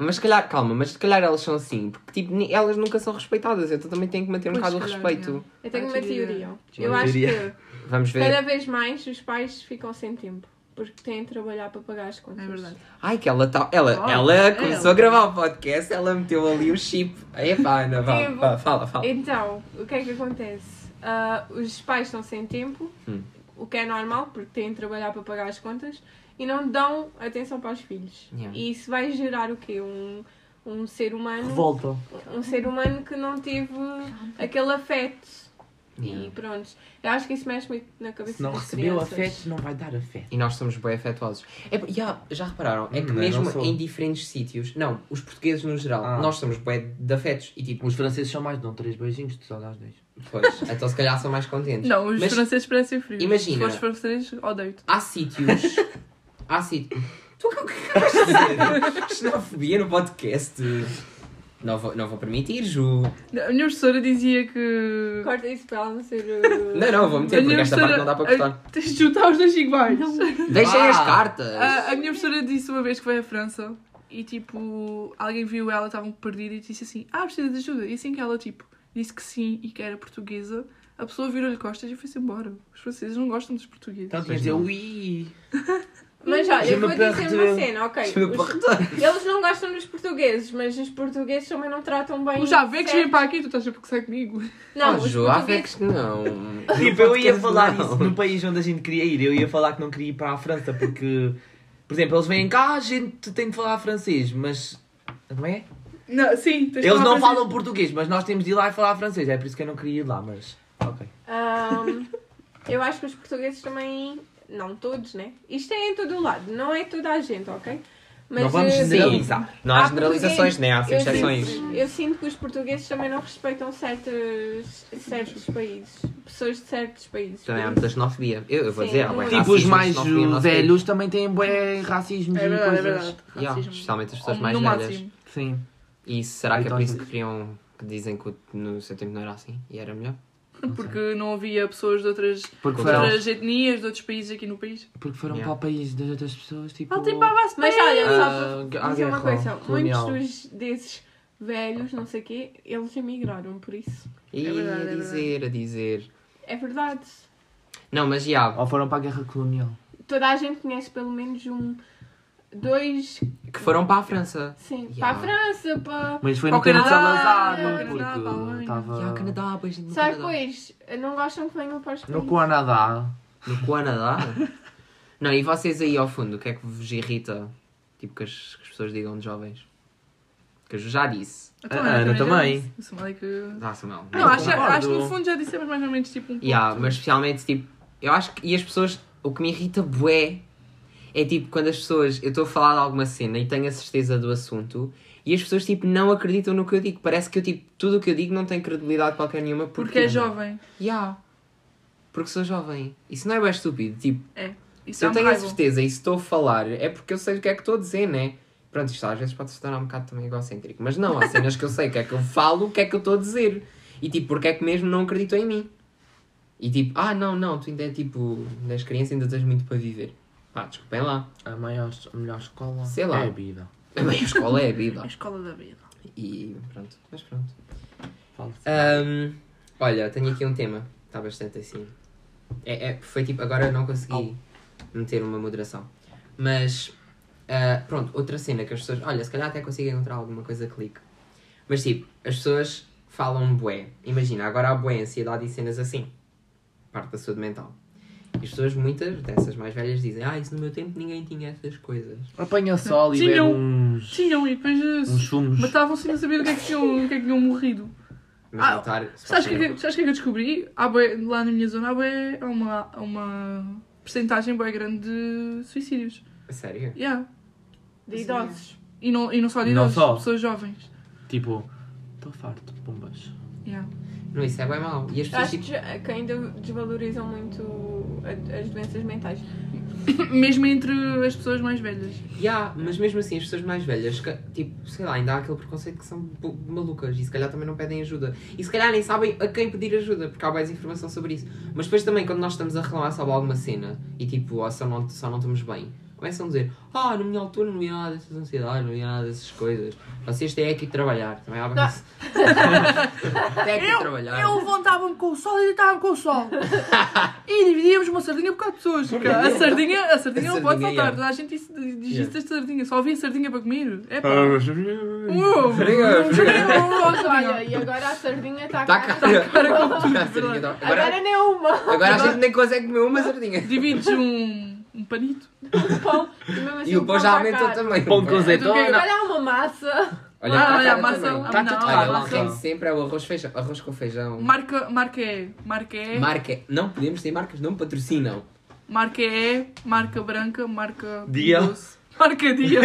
Mas se calhar, calma, mas se calhar elas são assim, porque tipo, ni- elas nunca são respeitadas, então também tem que manter um Pois, bocado o se calhar, respeito. yeah. Eu tenho Ah, uma teoria. teoria. Tinha Eu uma acho teoria. que Vamos ver. cada vez mais os pais ficam sem tempo. Porque têm de trabalhar para pagar as contas. É verdade. Ai, que ela tá. Ela, Oh, ela começou ela. a gravar o podcast, ela meteu ali o chip. Epá, Ana, vá, Tipo, vá, fala, fala. Então, o que é que acontece? Ah, os pais estão sem tempo, Hum. o que é normal, porque têm de trabalhar para pagar as contas, e não dão atenção para os filhos. Yeah. E isso vai gerar o quê? Um, um ser humano. Revolta. Um ser humano que não teve aquele afeto. E pronto, eu acho que isso mexe muito na cabeça Se não das recebeu crianças. afeto, não vai dar afeto. E nós somos bem afetuosos. É, e há- já repararam? É que Hum, eu não mesmo sou. em diferentes sítios, não, os portugueses no geral, Ah. nós somos bem de afetos e tipo, Os franceses são mais, dão três beijinhos, tu só dás dois. pois, então se calhar são mais contentes. Não, os Mas franceses parecem frios. imagina. Se fores francês, odeio-te. há sítios. há sítios. Tu o que- o que vais dizer? Xenofobia no podcast. Não vou, não vou permitir, Ju. A minha professora dizia que. Corta isso para ela não ser uh, o... Não, não, vou meter, A minha porque esta professora- parte não dá para cortar. a- Tens de juntar os dois iguais. Deixem Ah. as cartas. A, a minha professora disse uma vez que foi à França e tipo, alguém viu ela, estavam perdida e disse assim: Ah, precisa de ajuda. E assim que ela tipo, disse que sim e que era portuguesa, a pessoa virou-lhe costas e foi-se embora. Os franceses não gostam dos portugueses. Então tinha Pois de dizer, não. ui. Mas olha, Je eu me vou dizer perds. uma cena, ok. Deixa-me os- cortar. Eles não gostam dos portugueses, mas os portugueses também não tratam bem. Os javecos vêm certo- para aqui, tu estás a pensar comigo. Não, oh, os Ju, há portugueses. fé que não. Tipo, eu ia Podcast falar não. isso num país onde a gente queria ir. Eu ia falar que não queria ir para a França porque, por exemplo, eles vêm cá, a gente tem de falar francês, mas. Não é? Não, sim, tens de Eles falar não francês. falam português, mas nós temos de ir lá e falar francês. É por isso que eu não queria ir lá, mas. Ok. Ahm, eu acho que os portugueses também. Não todos, né? Isto é em todo o lado, não é toda a gente, ok? Mas não vamos eh, generalizar. Não há Há generalizações, português. nem há eu, fixações. sinto, eu sinto que os portugueses também não respeitam certos, certos países, pessoas de certos países. Também há muita xenofobia. Eu, eu vou Sim. dizer, há bué Tipo, Tipo, racismo, os mais xenofobia no nosso velhos também têm bué racismo É e verdade, é coisas. verdade. Yeah, Racismo. especialmente as pessoas Ou- mais no velhas. máximo. Sim. E será que é Então, por isso sim. que queriam que dizem que o- no seu tempo não era assim e era melhor? Porque não havia pessoas de outras, de Porque Claro. foram, outras etnias, de outros países aqui no país. porque foram Yeah. para o país das outras pessoas, tipo. Ah, tipo, ah, Mas olha, ah, só a para é dizer uma guerra coisa, colonial. muitos dos, desses velhos, não sei o quê, eles emigraram, por isso. E É verdade, é a verdade. dizer, a dizer. É verdade. Não, mas já, Ou foram para a guerra colonial. Toda a gente conhece pelo menos um, dois, que foram para a França. sim, Yeah. para a França, para... Mas foi Para no o tempo de Canadá, Salazar, para o Canadá, para a porque Alemanha. E ao estava. Canadá, pois no Só é Canadá. depois, não gostam que venham para os No países. Canadá. No Canadá? não, e vocês aí ao fundo, o que é que vos irrita? Tipo, que as, que as pessoas digam de jovens? Que eu já disse. então, Ah, olha, Ana já também. disse. Isso, olha que- Ah, Samuel. Não, acho, concordo. acho que no fundo já dissemos mais ou menos tipo um pouco. Yeah, mas especialmente, tipo, eu acho que. E as pessoas. O que me irrita, bué, é tipo quando as pessoas. Eu estou a falar de alguma cena e tenho a certeza do assunto e as pessoas, tipo, não acreditam no que eu digo. Parece que eu, tipo, tudo o que eu digo não tem credibilidade qualquer nenhuma porque. Porque é jovem. Yeah. Porque sou jovem. Isso não é bem estúpido. Tipo, Isso se eu dá-me tenho a raiva. um certeza e se estou a falar é porque eu sei o que é que estou a dizer, né? Pronto, isto às vezes pode se tornar um bocado também egocêntrico. Mas não, há cenas que eu sei o que é que eu falo, o que é que eu estou a dizer. E tipo, porque é que mesmo não acredito em mim? E tipo, ah não, não, tu ainda é tipo, nas crianças ainda tens muito para viver. Pá, desculpem lá. A, maior, a melhor escola Sei lá. é a vida. A minha escola é a A vida. escola da vida. E pronto, mas pronto. Fala-se. Ahm, olha, tenho aqui um tema. Está bastante assim. É, é- foi tipo, agora eu não consegui meter uma moderação. Mas, ah, pronto, outra cena que as pessoas. Olha, se calhar até consigo encontrar alguma coisa que ligue. Mas tipo, as pessoas falam bué. Imagina, agora há bué ansiedade e cenas assim. Parte da saúde mental. E as pessoas, muitas dessas mais velhas, dizem: Ah, isso no meu tempo ninguém tinha essas coisas. Apanha sol e Tinha bebe um- uns, Tinham e depois eh, uns fumos. matavam-se e não sabiam o que é que tinham, o que é que tinham morrido. Mas Ah, notar. Sabes o que, é que- sabes o que é que eu descobri? Há bué- lá na minha zona há bué- há uma, há uma percentagem bem grande de suicídios. Sério? Yeah. De idosos. E, não, e não só de Não idosos, só. pessoas jovens. Tipo, estou farto, bombas. Yeah. Não, isso é bem mau. E as Eu pessoas Acho tipo. que já- que ainda desvalorizam muito a- as doenças mentais. Mesmo entre as pessoas mais velhas. Ya, mas mesmo assim, as pessoas mais velhas, que, tipo, sei lá, ainda há aquele preconceito que são bu- malucas e se calhar também não pedem ajuda. E se calhar nem sabem a quem pedir ajuda, porque há mais informação sobre isso. Mas depois também, quando nós estamos a reclamar sobre alguma cena e tipo, ó, só, não, só não estamos bem, começam a dizer: Ah, na minha altura não havia nada dessas ansiedades, não havia nada dessas coisas. Vocês têm é que ir trabalhar. Também há bem isso. Têm é que ir trabalhar. levantava-me com o sol e deitava-me com o sol. e dividíamos uma sardinha por quatro pessoas. porque A sardinha, a sardinha A não pode sardinha, faltar. yeah. Toda a gente disse- diz Yeah. isso desta sardinha. Só havia sardinha para comer. É pá. Mas Uou! Obrigado, obrigado. Olha, e agora a sardinha está Tá cá. cá. tá. Agora, Agora nem é uma. agora a gente nem consegue comer uma sardinha. Divides um, um panito. Pão, e mesmo assim E o pão tá já aumentou caro. também. Pão com Não é? azeite. Então, o que é que- Agora é uma massa. Olha, Ah, tá olha, cara a maçã- também. a- Tá não, tudo a cara. maçã. Quem sempre é o arroz, feijão, arroz com feijão. Marca, marca é, marca é, Marca. Não podemos ter marcas, não patrocinam. marca é, marca branca, marca Dia. doce. Marca é dia.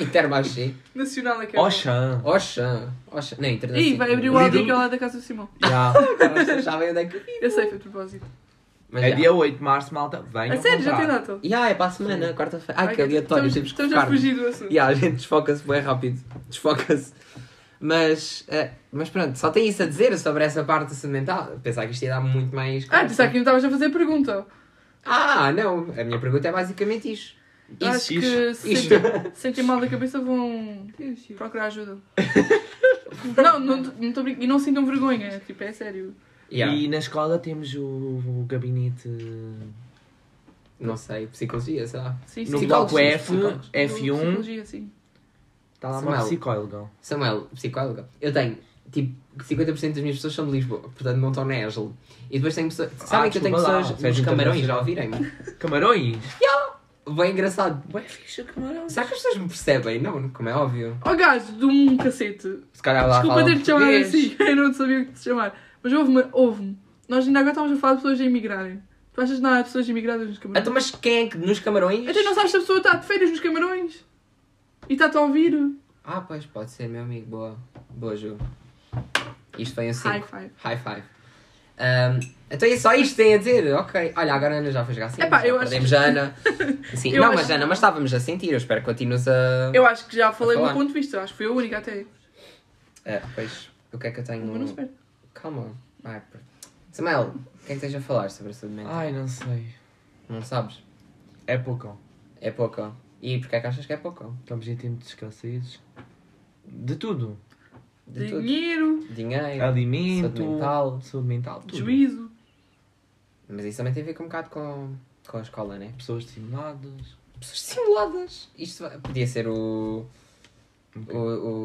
Intermarché. Nacional é que é. bom. Oxan. Auchan. Auchan. Não, internacional. Ih, vai abrir o Lidl. Aldi que é lá da casa do Simão. Já. Vocês sabem onde é que... Eu sei, foi de propósito. Mas É já. dia 8 de março, malta. Venham A sério, já tem comprar. data? Ya, é para a semana, quarta-feira. Ai, que aleatório, temos que Estamos a focar. fugir do assunto. Ya, a gente desfoca-se bem rápido. Desfoca-se. Mas, eh, mas pronto, só tenho isso a dizer sobre essa parte sentimental. Pensava que isto ia dar muito mais... Ah, disse aqui não estavas a fazer pergunta. Ah, não. A minha pergunta é basicamente isto. Eu acho Isso, que se Isto. sentem- se sentem mal da cabeça vão procurar ajuda. não, não não estou brincando. E não sintam vergonha, tipo, é sério. Ya, E na escola temos o, o gabinete Não sei, psicologia, sei lá. Sim, no sim. Psicólogos, bloco F, psicólogos. F1, Psicologia, sim. está lá uma Samuel. psicóloga. Samuel, psicóloga. Eu tenho, tipo, 50% das minhas pessoas são de Lisboa, portanto não estão na Ângelo. E depois tenho pessoas. Sabem que eu tenho Ah, desculpa lá, pessoas tu és nos camarões, já internacional. ouvirem-me? Camarões? Bem engraçado. Ué, fixe, camarões. Será que as pessoas me percebem? Não, como é óbvio. Ó gajo, de um cacete. Se calhar lá Desculpa falam ter-te chamado português. assim, eu não sabia o que te chamar. Mas houve-me, houve-me. Nós ainda agora estávamos a falar de pessoas a emigrarem. Tu achas que não há pessoas imigradas nos camarões? Então, mas quem é que nos camarões? Até não sabes se a pessoa está de férias nos camarões? E está-te a ouvir? Ah, pois, pode ser, meu amigo. Boa. Boa, Ju. Isto vem assim. High High, five. five. Ahm, então é só isto que tem a dizer, ok. Olha, agora a Ana já foi jogar assim. Epá, já eu acho perdemos que- a Ana. Sim, Eu não, acho- mas Ana, mas estávamos a sentir. Eu espero que continues a. Eu acho que já falei A do meu falar. ponto de vista, acho que fui a única até. É, pois, o que é que eu tenho. Mas não se perde. Calma. Ai, per- Samuel, o que é que tens a falar sobre a saúde mental? um- Ai, não sei. Não sabes? É pouco. É pouco. E porquê é que achas que é pouco? Estamos em tempo de escassez. De tudo. De tudo. Dinheiro, Dinheiro, Alimento. saúde mental. É. Saúde mental. Tudo. juízo. Mas isso também tem a ver com um bocado com, com a escola, né? Pessoas estimuladas. Pessoas simuladas. Isto vai- podia ser o, o,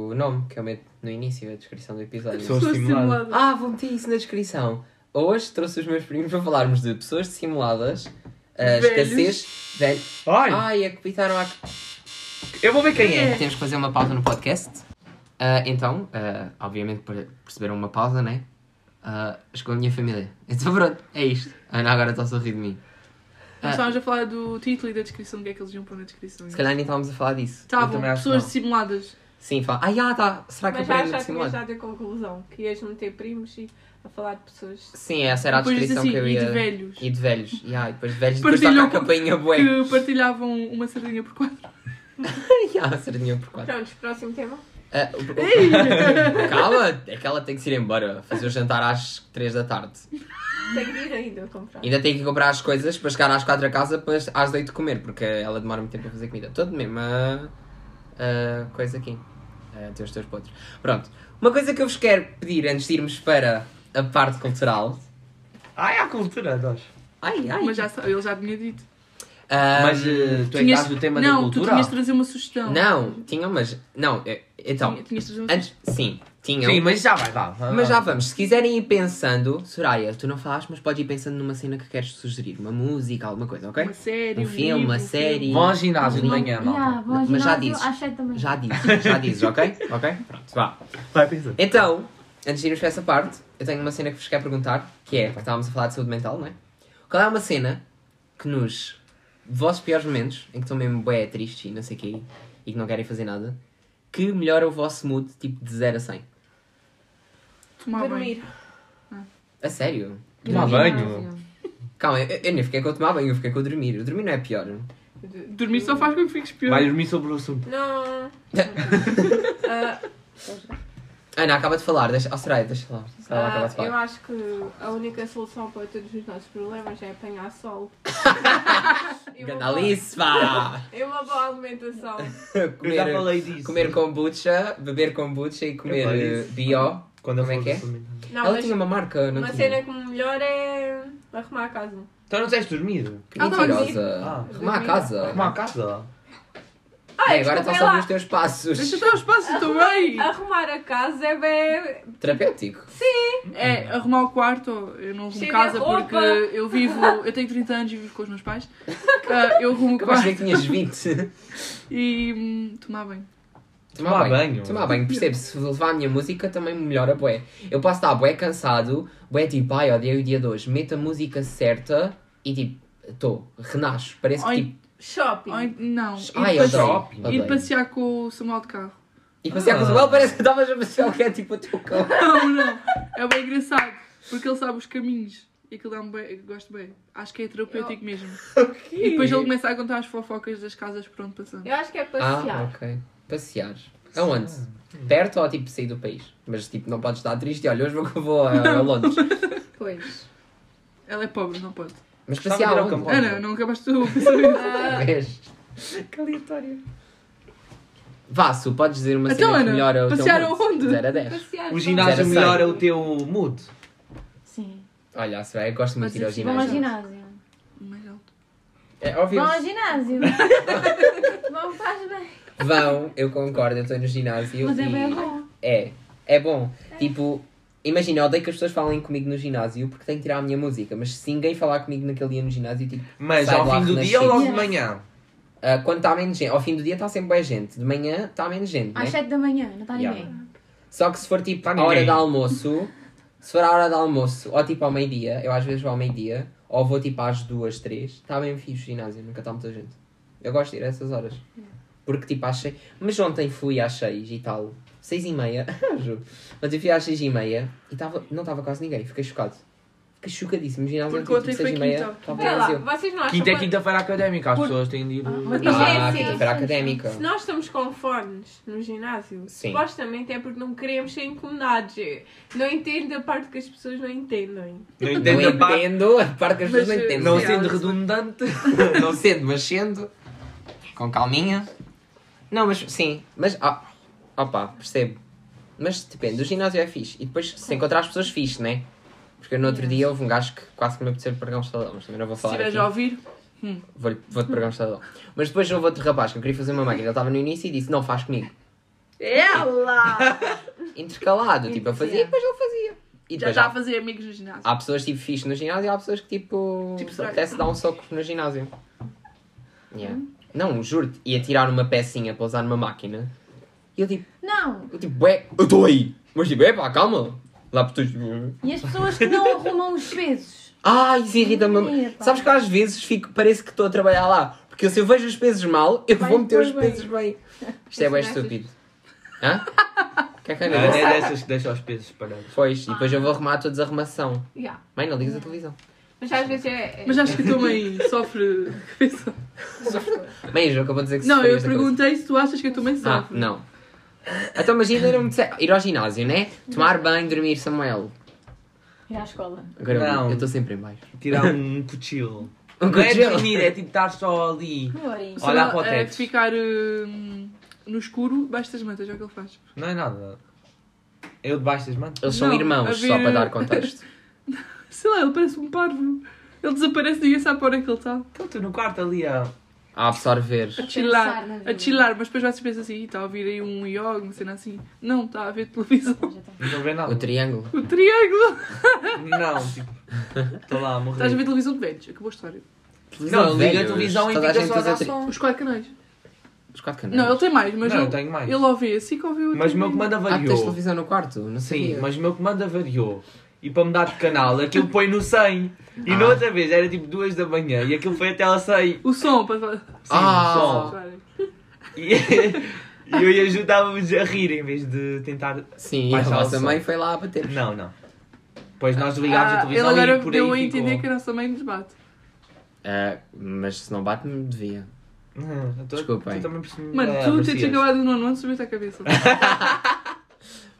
o nome que eu meto no início, a descrição do episódio. Pessoas estimuladas. Ah, vou meter isso na descrição. Hoje trouxe os meus primos para falarmos de pessoas simuladas, a Velhos. escassez, velho. Ai, Ai, apitaram a eu vou ver quem é. Temos que fazer uma pausa no podcast. Ah, então, ah, obviamente per- perceberam uma pausa, né? Ah, chegou a minha família. Então pronto, é isto. A Ana agora está a sorrir de mim. Nós estávamos a falar do título e da descrição, o que é que eles iam pôr na descrição. Ah. Se calhar nem estávamos a falar disso. Então, eu Estavam também acho pessoas que não. simuladas. Sim, fala. Ah, já, tá. Será que eu parei Mas já de achaste que tinhas simular? dado a conclusão, que ias meter primos e a falar de pessoas. Sim, essa era a Depois disse descrição assim, que eu e ia... de velhos. E de velhos. Ya, e depois de velhos, depois toca Partilham a campainha bué. Que partilhavam uma sardinha por quatro. Ya, sardinha por quatro. Prontos, próximo tema. Ah, o- o- Ei! Calma, é que ela tem que se ir embora. Fazer o jantar às 3 da tarde. Tenho que ir ainda comprar. Ainda tem que comprar as coisas para chegar às 4 a casa para às 8 comer, porque ela demora muito tempo a fazer comida. Todo mesmo a, a ah, coisa aqui. A ter os teus podres. Pronto. Uma coisa que eu vos quero pedir antes de irmos para a parte cultural. Ai, a cultura, nós. Ai, ai. Mas já, sa- ele já tinha dito. Ah, Mas eh, tu é que Tinhas- dás o tema não, da cultura? tu tinhas de trazer uma sugestão. Não, tinham, mas. Não, eh, então. Tinha- Tinhas de trazer uma Antes. Sim, tinham. Sim, mas já vai, vá. vá, Mas vá. já vamos, se quiserem ir pensando, Soraya, tu não falaste, mas podes ir pensando numa cena que queres sugerir, uma música, alguma coisa, ok? uma série, Um filme, livro, uma um série. filme. Vão ao ginásio de Sim. manhã, malta. Yeah, vou ao Mas já ginásio dizes. às sete da manhã. Já dizes, já dizes, ok? Ok? Pronto, vá. Vai pensando. Então, antes de irmos para essa parte, eu tenho uma cena que vos quero perguntar, que é, estávamos a falar de saúde mental, não é? Qual é uma cena que nos vossos piores momentos, em que estão mesmo bué tristes e não sei o quê, e que não querem fazer nada, que melhora o vosso mood, tipo, de 0 a 100? Tomar banho. Dormir. A sério? Tomar banho. Calma, eu, eu nem fiquei com o tomar banho, eu fiquei com o dormir. O dormir não é pior. D- Dormir só faz com que fiques pior. Vai dormir sobre o assunto. Não. Ah, Ana, acaba de falar, deixa... Oh, Soraya, deixa Tá lá. Soraya ah, acaba de eu falar. acho que a única solução para todos os nossos problemas é apanhar sol. E uma Ganda boa- Alice, vá! E uma boa alimentação. Eu já falei disso. Comer kombucha, beber kombucha e comer falei eh, isso. bio. Quando eu Como é falo que é? do assunto mental. Não, Ela mas tinha uma marca, não uma tinha? cena que me melhor é arrumar a casa. Então não tens dormido? Que Ah, tá bem. mentirosa. Ah. Arrumar a casa. Arrumar a casa? Ah, Bem, agora está só a ver os teus Deixa passos. estar o espaço, estou bem. Arrumar a casa é bem. Terapêutico. É, Hum. arrumar o quarto, eu não arrumo Chega casa a roupa. porque eu vivo, eu tenho 30 anos e vivo com os meus pais. Ah, eu arrumo o é Acabaste de quarto ver que tinhas 20. e hum, tomar banho. Tomar banho. Tomar banho, percebe? Se levar a minha música também me melhora bué. Eu posso estar bué cansado, bué tipo, ai, odeio o dia de hoje. Meto a música certa e tipo, estou, renasço. Parece que Ai, tipo, Shopping. Ai, não. ai, ir, passear, odeio, ir odeio. passear com o Samuel de carro. E passear com o Ah. Samuel parece que estavas a passear o que é tipo o teu cão. Não, não. É bem engraçado. Porque ele sabe os caminhos. E aquilo dá-me bem. eu Gosto bem. Acho que é terapêutico mesmo. E depois ele começa a contar as fofocas das casas por onde passamos. Eu acho que é Ah, passear. ok. Passear. Aonde? Perto ou tipo sair do país? Mas tipo, não podes estar triste, olha, hoje vou, vou a, a Londres. Pois. Ela é pobre, não pode. Mas Gostava de passear ir ao aonde? campo. Ah, não, não acabaste tu. Então, Ah, Vês? Vasso, podes dizer uma cena que Então, Ana, melhora o teu passear mood? aonde? 0 a 10. passear. O Zero a ginásio cem. melhora o teu mood. Sim. Olha, se bem, eu gosto muito de ir ao Vocês Vão ao ginásio. ginásio. Mas alto. É óbvio. Vão ao ginásio. Vão, faz bem. Vão, eu concordo, eu estou no ginásio. Mas é e- bem bom. É, é bom. Tipo, imagina, eu odeio que as pessoas falem comigo no ginásio porque tenho que tirar a minha música, mas se ninguém falar comigo naquele dia no ginásio, tipo, Mas sai de ao lá fim do dia renascido. ou logo de Yeah. manhã? Ah, quando está menos gente, ao fim do dia está sempre bem gente, de manhã está menos gente, né? Às 7 da manhã, não está Yeah. ninguém. Só que se for tipo Tá a hora ninguém. de almoço, se for a hora de almoço ou tipo ao meio-dia, eu às vezes vou ao meio-dia, ou vou tipo às duas, três, está bem fixe o ginásio, nunca está muita gente. Eu gosto de ir a essas horas. É. Porque tipo às seis. Mas ontem fui às seis e tal, seis e meia, juro. Mas eu fui às seis e meia e tava, não estava quase ninguém, fiquei chocado. Fiquei chocadíssimo. O ginásio Porque ontem, ontem tipo, foi seis e meia, quinta. estava Olha lá, vazio. vocês não acham Quinta é que- quinta-feira académica, as pessoas têm de ir. mas Ah, Ah, Sim, sim. quinta-feira académica. Se nós estamos com fones no ginásio, Sim. supostamente é porque não queremos ser incomodados. Eu Não entendo a parte que as pessoas não entendem. Não Não entendo a parte. entendo, a parte que as pessoas não Mas, eh, entendem. Não Sim, sendo Alex. redundante. não sendo, mas sendo. Com calminha. Não, mas sim, mas. Ah, opa, percebo. Mas depende, o ginásio é fixe. E depois, se encontrar as pessoas fixe, né? Porque no outro dia houve um gajo que quase que me apeteceu de pregar um estadão, mas também não vou Se falar. estiveres aqui. a ouvir, Vou-lhe- Vou-te pregar um estadão. Mas depois houve outro rapaz que eu queria fazer uma máquina, ele estava no início e disse: Não, faz comigo. ela Intercalado, tipo, eu fazia e depois ele fazia. E já depois está a há, fazer amigos no ginásio. há pessoas tipo fixe no ginásio e há pessoas que tipo. Tipo, se apetece dar um soco no ginásio. Yeah. Não, juro-te, ia tirar uma pecinha para usar numa máquina. E eu tipo, Não. eu tipo, ué, eu estou aí. Mas tipo, é pá, calma. Lá por tu. E as pessoas que não arrumam os pesos. Ai, Ah, isso irrita-me. Epa. Sabes que eu às vezes fico, parece que estou a trabalhar lá. Porque se eu vejo os pesos mal, eu Vai vou meter os pôr bem. pesos bem. Isto é bem estúpido. Hã? Que é que É é negócio? dessas que deixa os pesos parados. Pois, e depois eu vou arrumar a tua desarrumação. Yeah. Mãe, não ligas a televisão. Mas às vezes é. é- Mas acho que a tua mãe sofre cabeça. Mãe, eu acabou de dizer que Não, eu sofrias da cabeça. perguntei se tu achas que a tua mãe Ah, sofre. não. Então imagina ir, a- ir ao ginásio, né? Tomar banho, dormir, Samuel. Ir à escola. Agora Não. eu estou sempre em baixo. Tirar um cochilo. Um Não é cochilo. dormir, é tipo estar só ali. Meia horinha. Se Olhar ela, para o eh, teto. ficar hum, no escuro, baixa das mantas, é o que ele faz. Não é nada. Eu debaixo das mantas. Eles são Não, irmãos, a só ver- para dar contexto. Sei lá, ele parece um parvo. Ele desaparece, ninguém sabe para onde é que ele está. Então estou no quarto ali a. A absorver. A chilar, pensar na vida. a chilar, mas depois vai-se pensar assim, "Ih, está a ouvir aí um yoga, uma cena assim. Não, está a ver televisão. Já tá. Não estou a ver nada. O triângulo. O triângulo! Não, tipo. Estou lá a morrer. Estás a ver televisão de velhos, acabou a história. de Não, liga a velhos. televisão e Toda a fica gente só a usa dar tri- som. Os quatro canais. Os quatro canais. Não, ele tem mais, mas Não, ele- eu tenho mais. ele ouve esse que ouve o Mas o outro. meu comando Ah, tu tens avariou. televisão no quarto? Não sei. Sim, mas o meu comando avariou. E para mudar de canal, aquilo põe no 100. E Ah. na outra vez era tipo 2 da manhã e aquilo foi até ao 100. O som, para falar. Sim, Ah. som. E, e eu e ajudávamos a rir em vez de tentar. Sim, a Baixa o nossa som. mãe foi lá a bater. Não, não. Pois nós ligámos a Ah, ele televisão agora e por deu a aí entender que ficou. É, a nossa mãe nos bate. Ah, mas se não bate, me devia. Hum, eu tô- Desculpem. tu também percebi- Mano, ah, tu tens aprecias. acabado no nono ano, subiste a cabeça.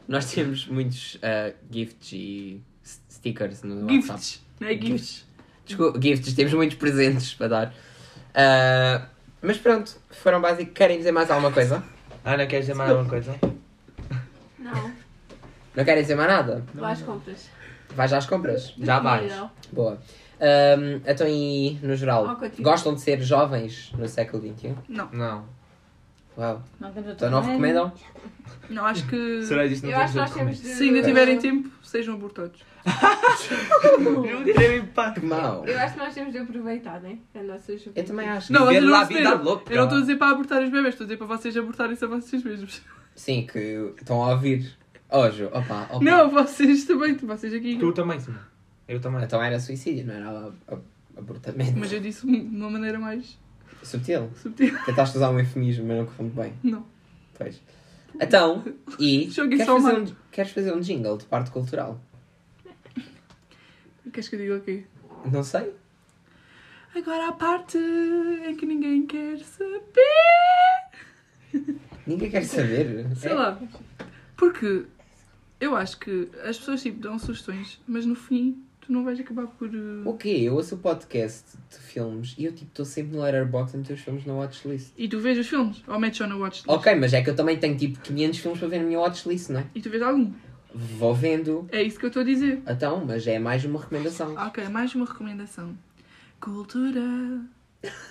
Nós temos muitos ah, gifts e s- stickers no WhatsApp. Gifts, não é gifts. Desculpa, gifts, temos muitos presentes para dar. Ah, mas pronto, foram básicos. Querem dizer mais alguma coisa? Ana, queres dizer mais alguma coisa? Não, Não querem dizer mais nada? lá às compras. Vais às compras? Já vais. Não. Boa. Ahm, então, e no geral, Ah, continua. gostam de ser jovens no século XXI? Não. Não. um? Uau. Não temos outro Então não remédio. recomendam? Não, acho que Será que isto não Eu acho que nós temos temos de de. se ainda tiverem tempo, sejam abortados. comer? Júlia, é pá, que mal. Mau. Eu acho que nós temos de aproveitar, né? A nossa juventude. Eu também acho. Não, Viver vocês lá não a vida perceberam. louca. Eu não estou a dizer para abortar os bebés, estou a dizer para vocês abortarem-se a vocês mesmos. Sim, que estão a ouvir. Hoje, opa, opa. Não, vocês também, vocês aqui. Tu também, sim. Eu também. Então era suicídio, não era a- a- abortamento. Mas eu disse de uma maneira mais Subtil. subtil. Tentaste usar um eufemismo, mas não correu muito bem. Não. Pois. Então, e. Joguei Queres só fazer, uma. um, queres fazer um jingle de parte cultural? Queres que eu diga o quê? Não sei. Agora a parte em que ninguém quer saber. Ninguém quer saber. Sei É. lá. Porque eu acho que as pessoas tipo dão sugestões, mas no fim tu não vais acabar por. uh, O quê? Eu ouço o podcast de filmes e eu tipo estou sempre no Letterboxd a meter os filmes na watchlist. E tu vês os filmes? Ou metes só na watchlist? Ok, mas é que eu também tenho tipo 500 filmes para ver na minha watchlist, não é? E tu vês algum? Vou vendo. É isso que eu estou a dizer. Então, mas é mais uma recomendação. Ok, mais uma recomendação. Cultura.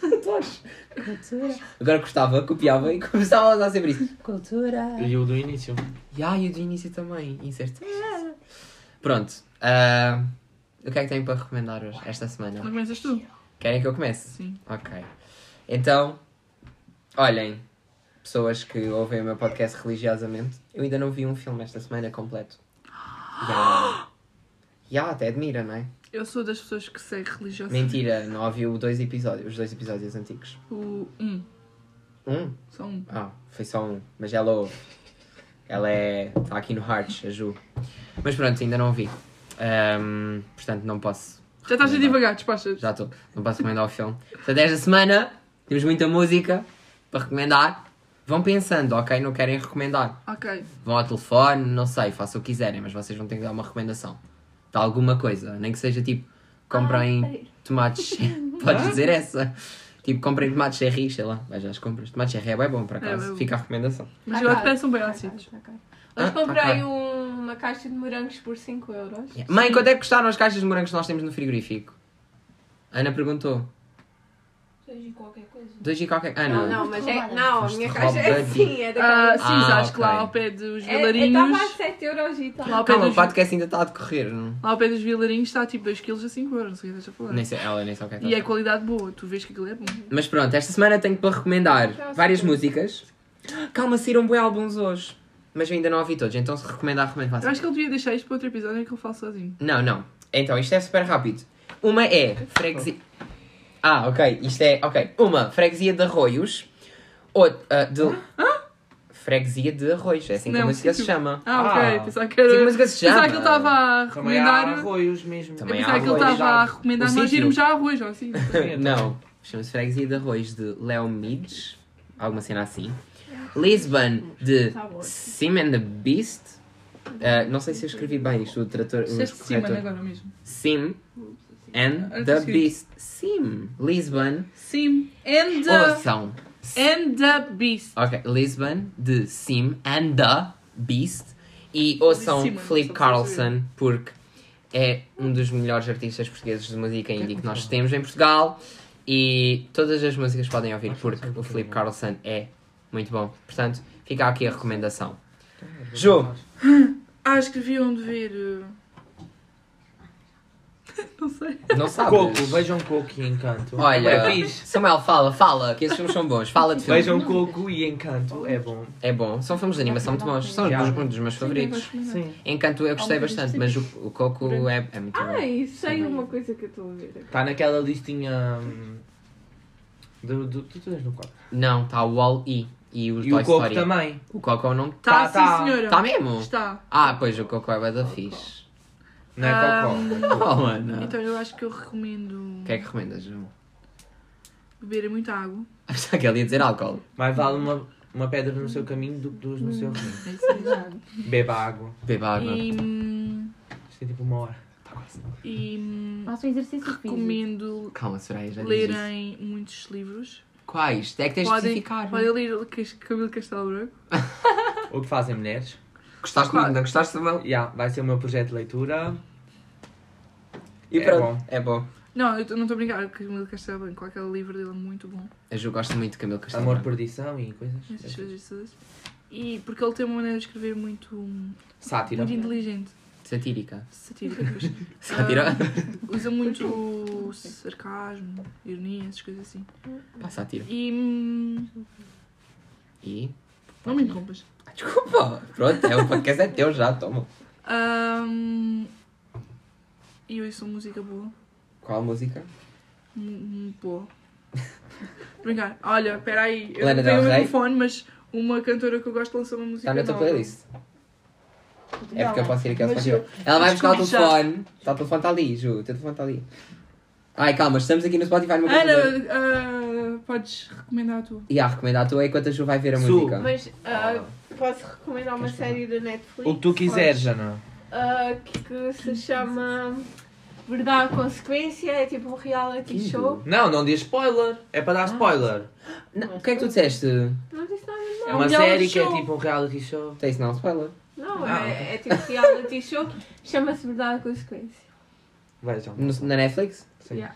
Adores. Cultura. Agora gostava, copiava e começava a usar sempre isso. Cultura. E o do início. E ai, o do início também, incerto. Pronto. ah, o que é que tenho para recomendar hoje, esta Não semana? começas tu? Querem que eu comece? Sim. Ok. Então, olhem, pessoas que ouvem o meu podcast religiosamente, eu ainda não vi um filme esta semana completo. Já, já até admira, não é? Eu sou das pessoas que segue religiosamente. Mentira, não ouvi o dois episódios, os dois episódios antigos. O um. Um? Só um. Ah, foi só um, mas ela ouve. Ela é. está aqui no Hearts, a Ju. Mas pronto, ainda não vi. Ahm, portanto, não posso. Já estás a recomendar. devagar, despacha. Já estou. Não posso recomendar o filme. Portanto, esta semana temos muita música para recomendar. Vão pensando, ok? Não querem recomendar. Ok. Vão ao telefone, não sei, façam o que quiserem, mas vocês vão ter que dar uma recomendação. De alguma coisa. Nem que seja tipo, Ah, Ah, comprem tomates. Podes dizer essa. Tipo, comprem tomates cherry, sei lá. Vai já as compras. Tomate cherry é bem bom, por É acaso. bom. Fica a recomendação. Mas Ah, agora tá. parecem um bem assim. Tá ácidos. caro, tá caro. Ah, Hoje tá comprei caro. um- uma caixa de morangos por 5 euros. Yeah. Mãe, quanto é que custaram as caixas de morangos que nós temos no frigorífico? Ana perguntou. Seja qualquer coisa. Dois e qualquer. Ana. Não, não, mas é. Roubada. Não, a Foste minha caixa é roubada. assim, é Ah, daquela. sim, Ah, acho que lá ok. ao pé dos Estava a vilarinhos. 7 euros e tá. tal. Lá ao pé Calma, o dos, lá podcast ainda está a decorrer. Não, ao pé dos vilarinhos está tipo 2kg a 5€, não sei o que estás a falar. nem sei, ela nem sabe o que E é. é que qualidade boa, tu vês que aquilo é bom. tá. Mas pronto, esta semana tenho para recomendar Então, várias sim. músicas. Calma, saíram bem álbuns hoje. Mas eu ainda não ouvi todos, então se recomendar, recomendo Eu acho fácil. que ele devia deixar isto para outro episódio em que ele fala sozinho. Não, não. Então, isto é super rápido. Uma é freguesia. Ah, ok. Isto é. Ok. Uma, freguesia de arroios. Outra. ah, de... Freguesia de arroios. É assim que a Não, música se tipo- chama. Ah, Ah. ok, pensava que era. Sim, mas que se chama. Pensava que ele estava a Também há recomendar. Eu arroios mesmo. Também há pensava que ele arroz. estava a recomendar O nós sítio. irmos já a arroz, ou assim. Não. Chama-se Freguesia de Arroz de Léo Mides. Alguma cena assim. Lisbon Tá de Tá Sim and the Beast. Ah, não sei se eu escrevi bem isto, o trator. o Disseste sim, mano, corretor. é agora mesmo. Sim and Ah, the escrito. Beast. Sim. Lisbon. Sim. And the, Ouçam. and the Beast. Ok. Lisbon de Sim and the Beast. E ouçam Sim, mano, Philip só para Carlson, porque é um dos melhores artistas portugueses de música indie que nós temos em Portugal. E todas as músicas podem ouvir, porque o Philip Carlson é muito bom. Portanto, fica aqui a recomendação. né? Ju. Acho que deviam de Ah, ver. uh, eh, Não sei. Não sabes? Coco, vejam Coco e Encanto. Olha, É fixe. Samuel, fala, fala, que esses filmes são bons. Fala de filmes. Vejam um Coco e Encanto, é bom. É bom, são filmes de animação muito bons. São Já. um dos- um dos meus favoritos. Sim. Encanto eu gostei bastante, mas o, o Coco é, é muito bom. Ai, sei uma coisa que eu estou a ver agora. Está Tá naquela listinha. hum, do- do- tu tens no quarto. Não, está o Wall-E e o E Toy o Coco Story. também. O Coco não Tá, Tá, tá. sim, senhora. Está mesmo? Está. Ah, pois o Coco é bué da fixe. Não é Coco. Oh, Ana. Então eu acho que eu recomendo O que é que recomendas, João? beberem muita água. Achava que ele ia dizer álcool. Mais vale uma, uma pedra no seu caminho do que duas no seu caminho. É isso mesmo. Beba água. Beba água. E, hum, Isto é tipo uma hora. e hum, Façam exercício físico. recomendo Calma, Soraya, já disse. lerem muitos livros. Quais? É que tens de Podem, ficar. podem ler o Cas- Camilo Castelo Branco. O que fazem mulheres? Gostaste muito, não É gostaste, Samuel? Yeah, vai ser o meu projeto de leitura. E É pronto. bom. É bom. Não, eu t- não estou a brincar. Camilo Castelo Branco, aquele livro dele é muito bom. A Ju gosta muito de Camilo Castelo Amor, Branco. perdição e coisas. Essas coisas todas. E porque ele tem uma maneira de escrever muito, muito Sátira. inteligente, Satírica. satírica. pois. Ah. Sátira? Usa muito sarcasmo, ironia, essas coisas assim. Pá, sátira. E. hum, E. Não me interrompas. Ah, desculpa! Pronto, é, o podcast é teu já, toma. Hum, E eu ouço música boa. Qual a música? Hum, Boa. Brincar. Olha, peraí. Eu Lana não tenho Del o Rey? meu fone, mas uma cantora que eu gosto lançou uma música. Está Tá na tua nova. playlist. É porque eu posso ir aqui ao Mas Spotify. Ela vai buscar o Desculpa, telefone. Tá, o telefone está ali, Ju. O teu telefone está ali. Ai, calma, estamos aqui no Spotify no meu Ah, computador. Ana, ah, podes recomendar a tua. E ah, a recomendar a tua enquanto a Ju vai ver a Su. música. Mas ah, posso recomendar uma série da Netflix? O que tu quiseres, Jana. Ah, que, que se chama Verdade à Consequência, é tipo um reality Quinto. show. Não, não dê spoiler. É para dar Ah. spoiler. Não, o que é que tu disseste? Não disse nada de É É um uma reality série que é show. tipo um reality show. Tem sinal de spoiler. não, Ah, é, é tipo reality show, chama-se Verdade à Consequência. Vejam. No- na Netflix? Sim. Yeah.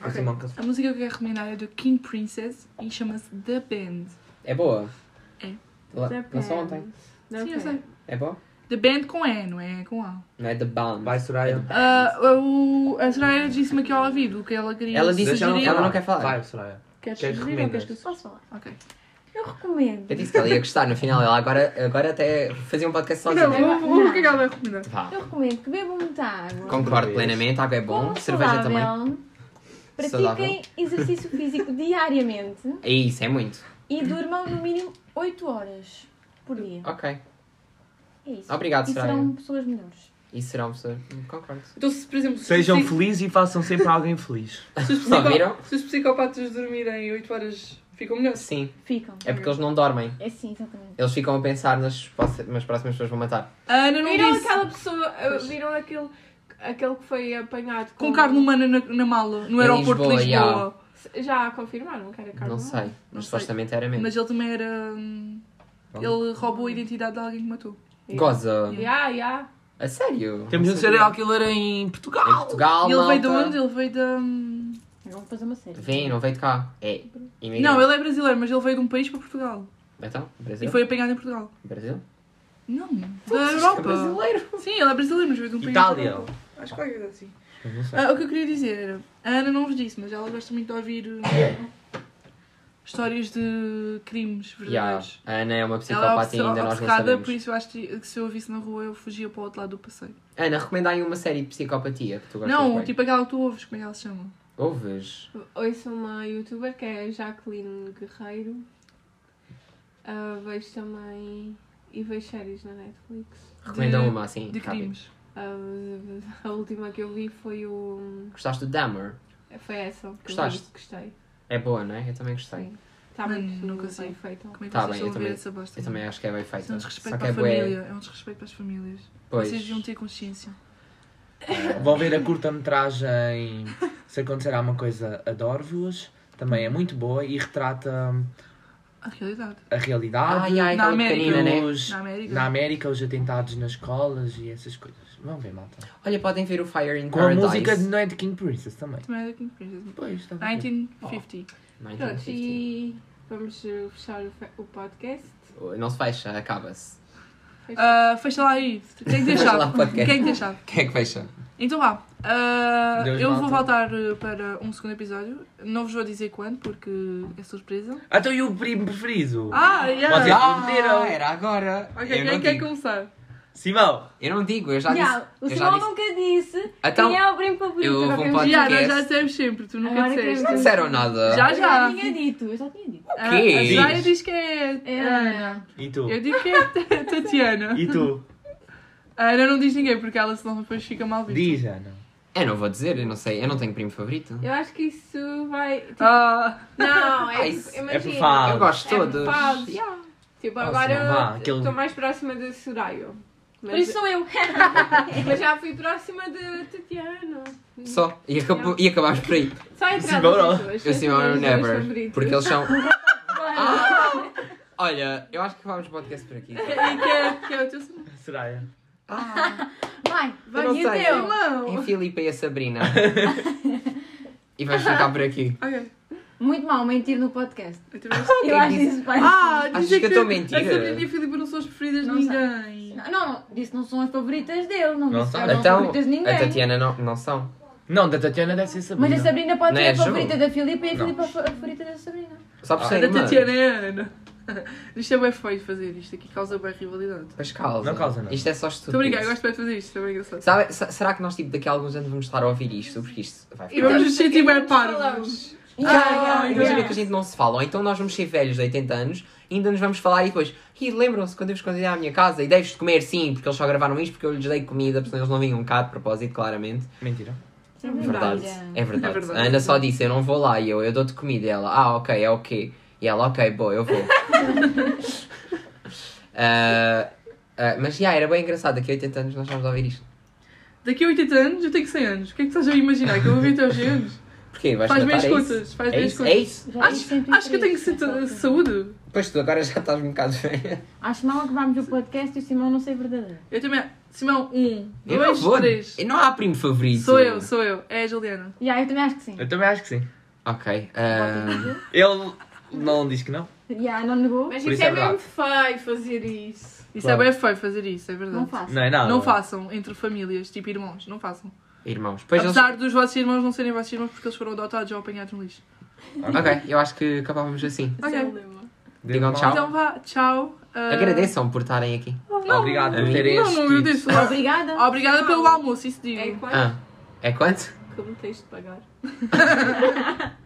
Vai ser uma canção. A música que eu quero recomendar é do King Princess e chama-se The Band. É boa? É. La- Lançou Depende. ontem. Depende. Sim, eu sei. É boa? The Band com E, não é com A. Não é The Bound. Vai, Soraya. Ah, o, a Soraya disse-me que ela viu o que ela queria Ela disse- Deixa sugerir. ela não falar. quer falar. Vai, Soraya. Queres que é que sugerir ou queres que eu recomendas? Posso falar? Ok. Eu recomendo. Eu disse que ela ia gostar no final. Ela agora, agora até fazia um podcast sozinha. vou- vou- o que é que ela vai recomendar? Vá. Eu recomendo que bebam muita água. Concordo plenamente. Água é bom. Comam Cerveja também. saudável, Pratiquem Saudável. exercício físico diariamente É isso, é muito. e durmam no mínimo 8 horas por dia. Ok. É isso. Obrigado, e Soraya. serão pessoas melhores. Isso será uma pessoa. hum, Concordo. Então, se, por exemplo, se, Sejam os psico- felizes e façam sempre alguém feliz. se, os Só psico- viram? se os psicopatas dormirem 8 horas, ficam melhores. Sim. Ficam. É porque eles não dormem. É sim, exatamente. Eles ficam a pensar nas, poss- nas próximas pessoas que vão matar. A Ana não Viram disse. aquela pessoa, ah, viram aquele, aquele que foi apanhado Com carne humana na, na mala, no Em aeroporto de Lisboa, Lisboa. Já confirmaram que era carne não humana? sei. Não sei. Mas supostamente era mesmo. Mas ele também era. hum, Ele roubou a identidade de alguém que matou. Goza. Yeah, yeah. A sério? Temos Não um sabia. serial killer em Portugal. Em Portugal, e ele veio de malta. onde? Ele veio da. hum, Agora vou fazer uma série. Vem, não veio de cá. É. imigrante. Não, ele é brasileiro, mas ele veio de um país para Portugal. Então, Brasil? E foi apanhado em Portugal. Brasil? Não, da é Europa. Sim, ele é brasileiro, mas veio de um país. Itália. da Europa. Acho que qualquer coisa assim. Eu não sei. Ah, o que eu queria dizer era. A Ana não vos disse, mas ela gosta muito de ouvir. hum, histórias de crimes Yeah. verdadeiros. A Ana é Ela uma é psicopata e obce- ainda nós não obcecada, por sabemos. isso eu acho que se eu a visse na rua eu fugia para o outro lado do passeio. Ana, recomenda aí uma série de psicopatia que tu gostas não, bem. tipo aquela que tu ouves, como é que ela se chama? Ouves? Ouço uma youtuber que é a Jacqueline Guerreiro. Ah, vejo também. E vejo séries na Netflix. Recomenda De- uma, assim, De rápido. crimes. Ah, a última que eu vi foi o. Gostaste do Dahmer? Foi essa. que eu vi, Gostaste? Gostei. É boa, não é? Eu também gostei. Sim. Está Mano, muito nunca bem sei. feita. Como é que Tá vocês bem, eu estão a ver também- essa bosta? Eu também acho que é bem feita. Isso é um desrespeito Só que para a é bué- família. É um desrespeito para as famílias. Pois. Vocês um tipo deviam ter consciência. Vão ver a curta-metragem Se Acontecer Alguma Coisa, Adoro-vos. Também é muito boa e retrata hum, A realidade. a realidade Ai, ai, Na aquela Ah, América. pequenina, né? os- Na América. na América, os atentados nas escolas e essas coisas. Vão ver, malta. Olha, podem ver o Fire in Com a Paradise. música de Night King Princess também. Também era King Princess. Pois, está bem. 1950. Pronto, é 1950. e vamos eh, fechar o fe- o podcast. Não se fecha, acaba-se. Ah, fecha lá aí. Quem que Oh. Fecha lá deixar? o podcast. Quem que deixar? Quem é que fecha? Então vá. Ah, Deus eu vou malta. voltar eh, para um segundo episódio. Não vos vou dizer quando, porque é surpresa. Ah, Então, e o primo preferido? Ah, Vocês yeah. prometeram. era agora. Ok, eu, quem é não quer digo. começar? Simão! eu não digo, eu já disse. Já, o eu já Simão disse. nunca disse Então, quem é o primo favorito. eu vou Agora queremos para- dizer. Já, nós Podcast. já dissemos sempre, tu nunca Agora disseste. queremos Não disseram nada. Já, Eu já já. tinha dito, eu já tinha dito. Ah, quê? A Soraya Diz. diz que é É Ana. E tu? Eu digo que é Tatiana. E tu? A Ana não diz ninguém porque ela senão depois fica mal vista. Diz, Ana. Eu não vou dizer, eu não sei. Eu não tenho primo favorito. Eu acho que isso vai. tipo, Ah, Não, Ah, é, isso é imagina, por fala. Eu gosto de É todos. verdade. Tipo, Ah, sim, agora vá, estou aquele- mais próxima de Soraya. Por Mas, isso sou eu. mas já fui próxima de Tatiana. Só. E, acabou, e acabamos por aí. Só entre Simão não. elas pessoas. Eu Simão eu Never. favoritos. Porque eles são. Ah! Olha, eu acho que vamos o podcast por aqui. e que é, que é o teu Simão. Soraya. Ah, Vai, não vai, e então? o sei. teu? Simão. E a Filipa e a Sabrina. E vais ficar por aqui. Ok. Muito mal mentir no podcast. Eu também- Eu acho isso péssimo. Ah, Achas dizer que eu estou a mentir? A Sabrina e a Filipe tipo, não são as preferidas de Não sei. ninguém. Não, não, disse não são as favoritas dele, não, Não disse que são. eram as Então, favoritas de a ninguém. Tatiana não, não são. Não, da Tatiana deve ser Sabrina. Mas a Sabrina pode Não ser é a favorita jogo. da Filipe e a Não. Filipe a fa- a favorita da Sabrina. Só por Ah. A serem da irmãs. Tatiana é a Ana. Isto é bem feio de fazer isto aqui, causa bem rivalidade. Mas causa. Não causa nada. Isto é só estúpido. Estou a brincar, eu gosto bem de fazer isto, isto é bem engraçado. Sabe, se- será que nós, tipo, daqui a alguns anos vamos estar a ouvir isto? Porque isto vai E ficar... vamos Então, nos sentir bem vamos falar parvos. Yeah, Ah, yeah, yeah. Imagina que a gente não se fala. Ou então nós vamos ser velhos de 80 anos e ainda nos vamos falar e depois... E lembram-se quando eu vos convidei à minha casa e deves de comer, sim, porque eles só gravaram isto porque eu lhes dei comida, porque eles não vinham cá de propósito, claramente. Mentira. Verdade. É verdade. É verdade. A Ana só disse, eu não vou lá. E eu, eu dou-te comida. E ela, ah, ok, é o quê? E ela, ok, boa, eu vou. Ah, ah, mas, já, era bem engraçado. Daqui a 80 anos nós vamos ouvir isto. Daqui a 80 anos eu tenho 100 anos. O que é que estás a imaginar? Que eu vou ver até aos 100 anos? Porquê? Vais Faz notar, minhas é isso? contas, faz É minhas isso? É contas. isso? Já disse Acho, acho que eu tenho 103 nessa sa- altura. saúde. Pois tu agora já estás um bocado velha. Acho mal acabarmos o podcast e o Simão não sei verdadeiro. Eu também. Simão, 1, Eu não 2, vou. 3. E Não há primo favorito. é Sou eu, sou eu. É a Juliana. Já, eu também acho que sim. Eu também acho que sim. Ok. Volta ah, a dizer. Ele não diz que não. Já, não negou. Mas Por isso isso é, é mesmo feio fazer isso. Isso Claro. é bem feio fazer isso, é verdade. Não faço. Não é nada. Não façam entre famílias, tipo irmãos, não façam. Irmãos. Pois eles... Apesar dos vossos irmãos não serem vossos irmãos porque eles foram adotados ou apanhados no lixo. Ok, eu acho que acabávamos assim. Esse é o Ok. lema. Digam tchau. Então vá, tchau. Ah, Agradeçam por estarem aqui. Não, Obrigado por Não, terem Não, não, eu assistido. disse. Obrigada. Obrigada pelo almoço, isso digo. É quase Ah, é quanto? que me tens de pagar.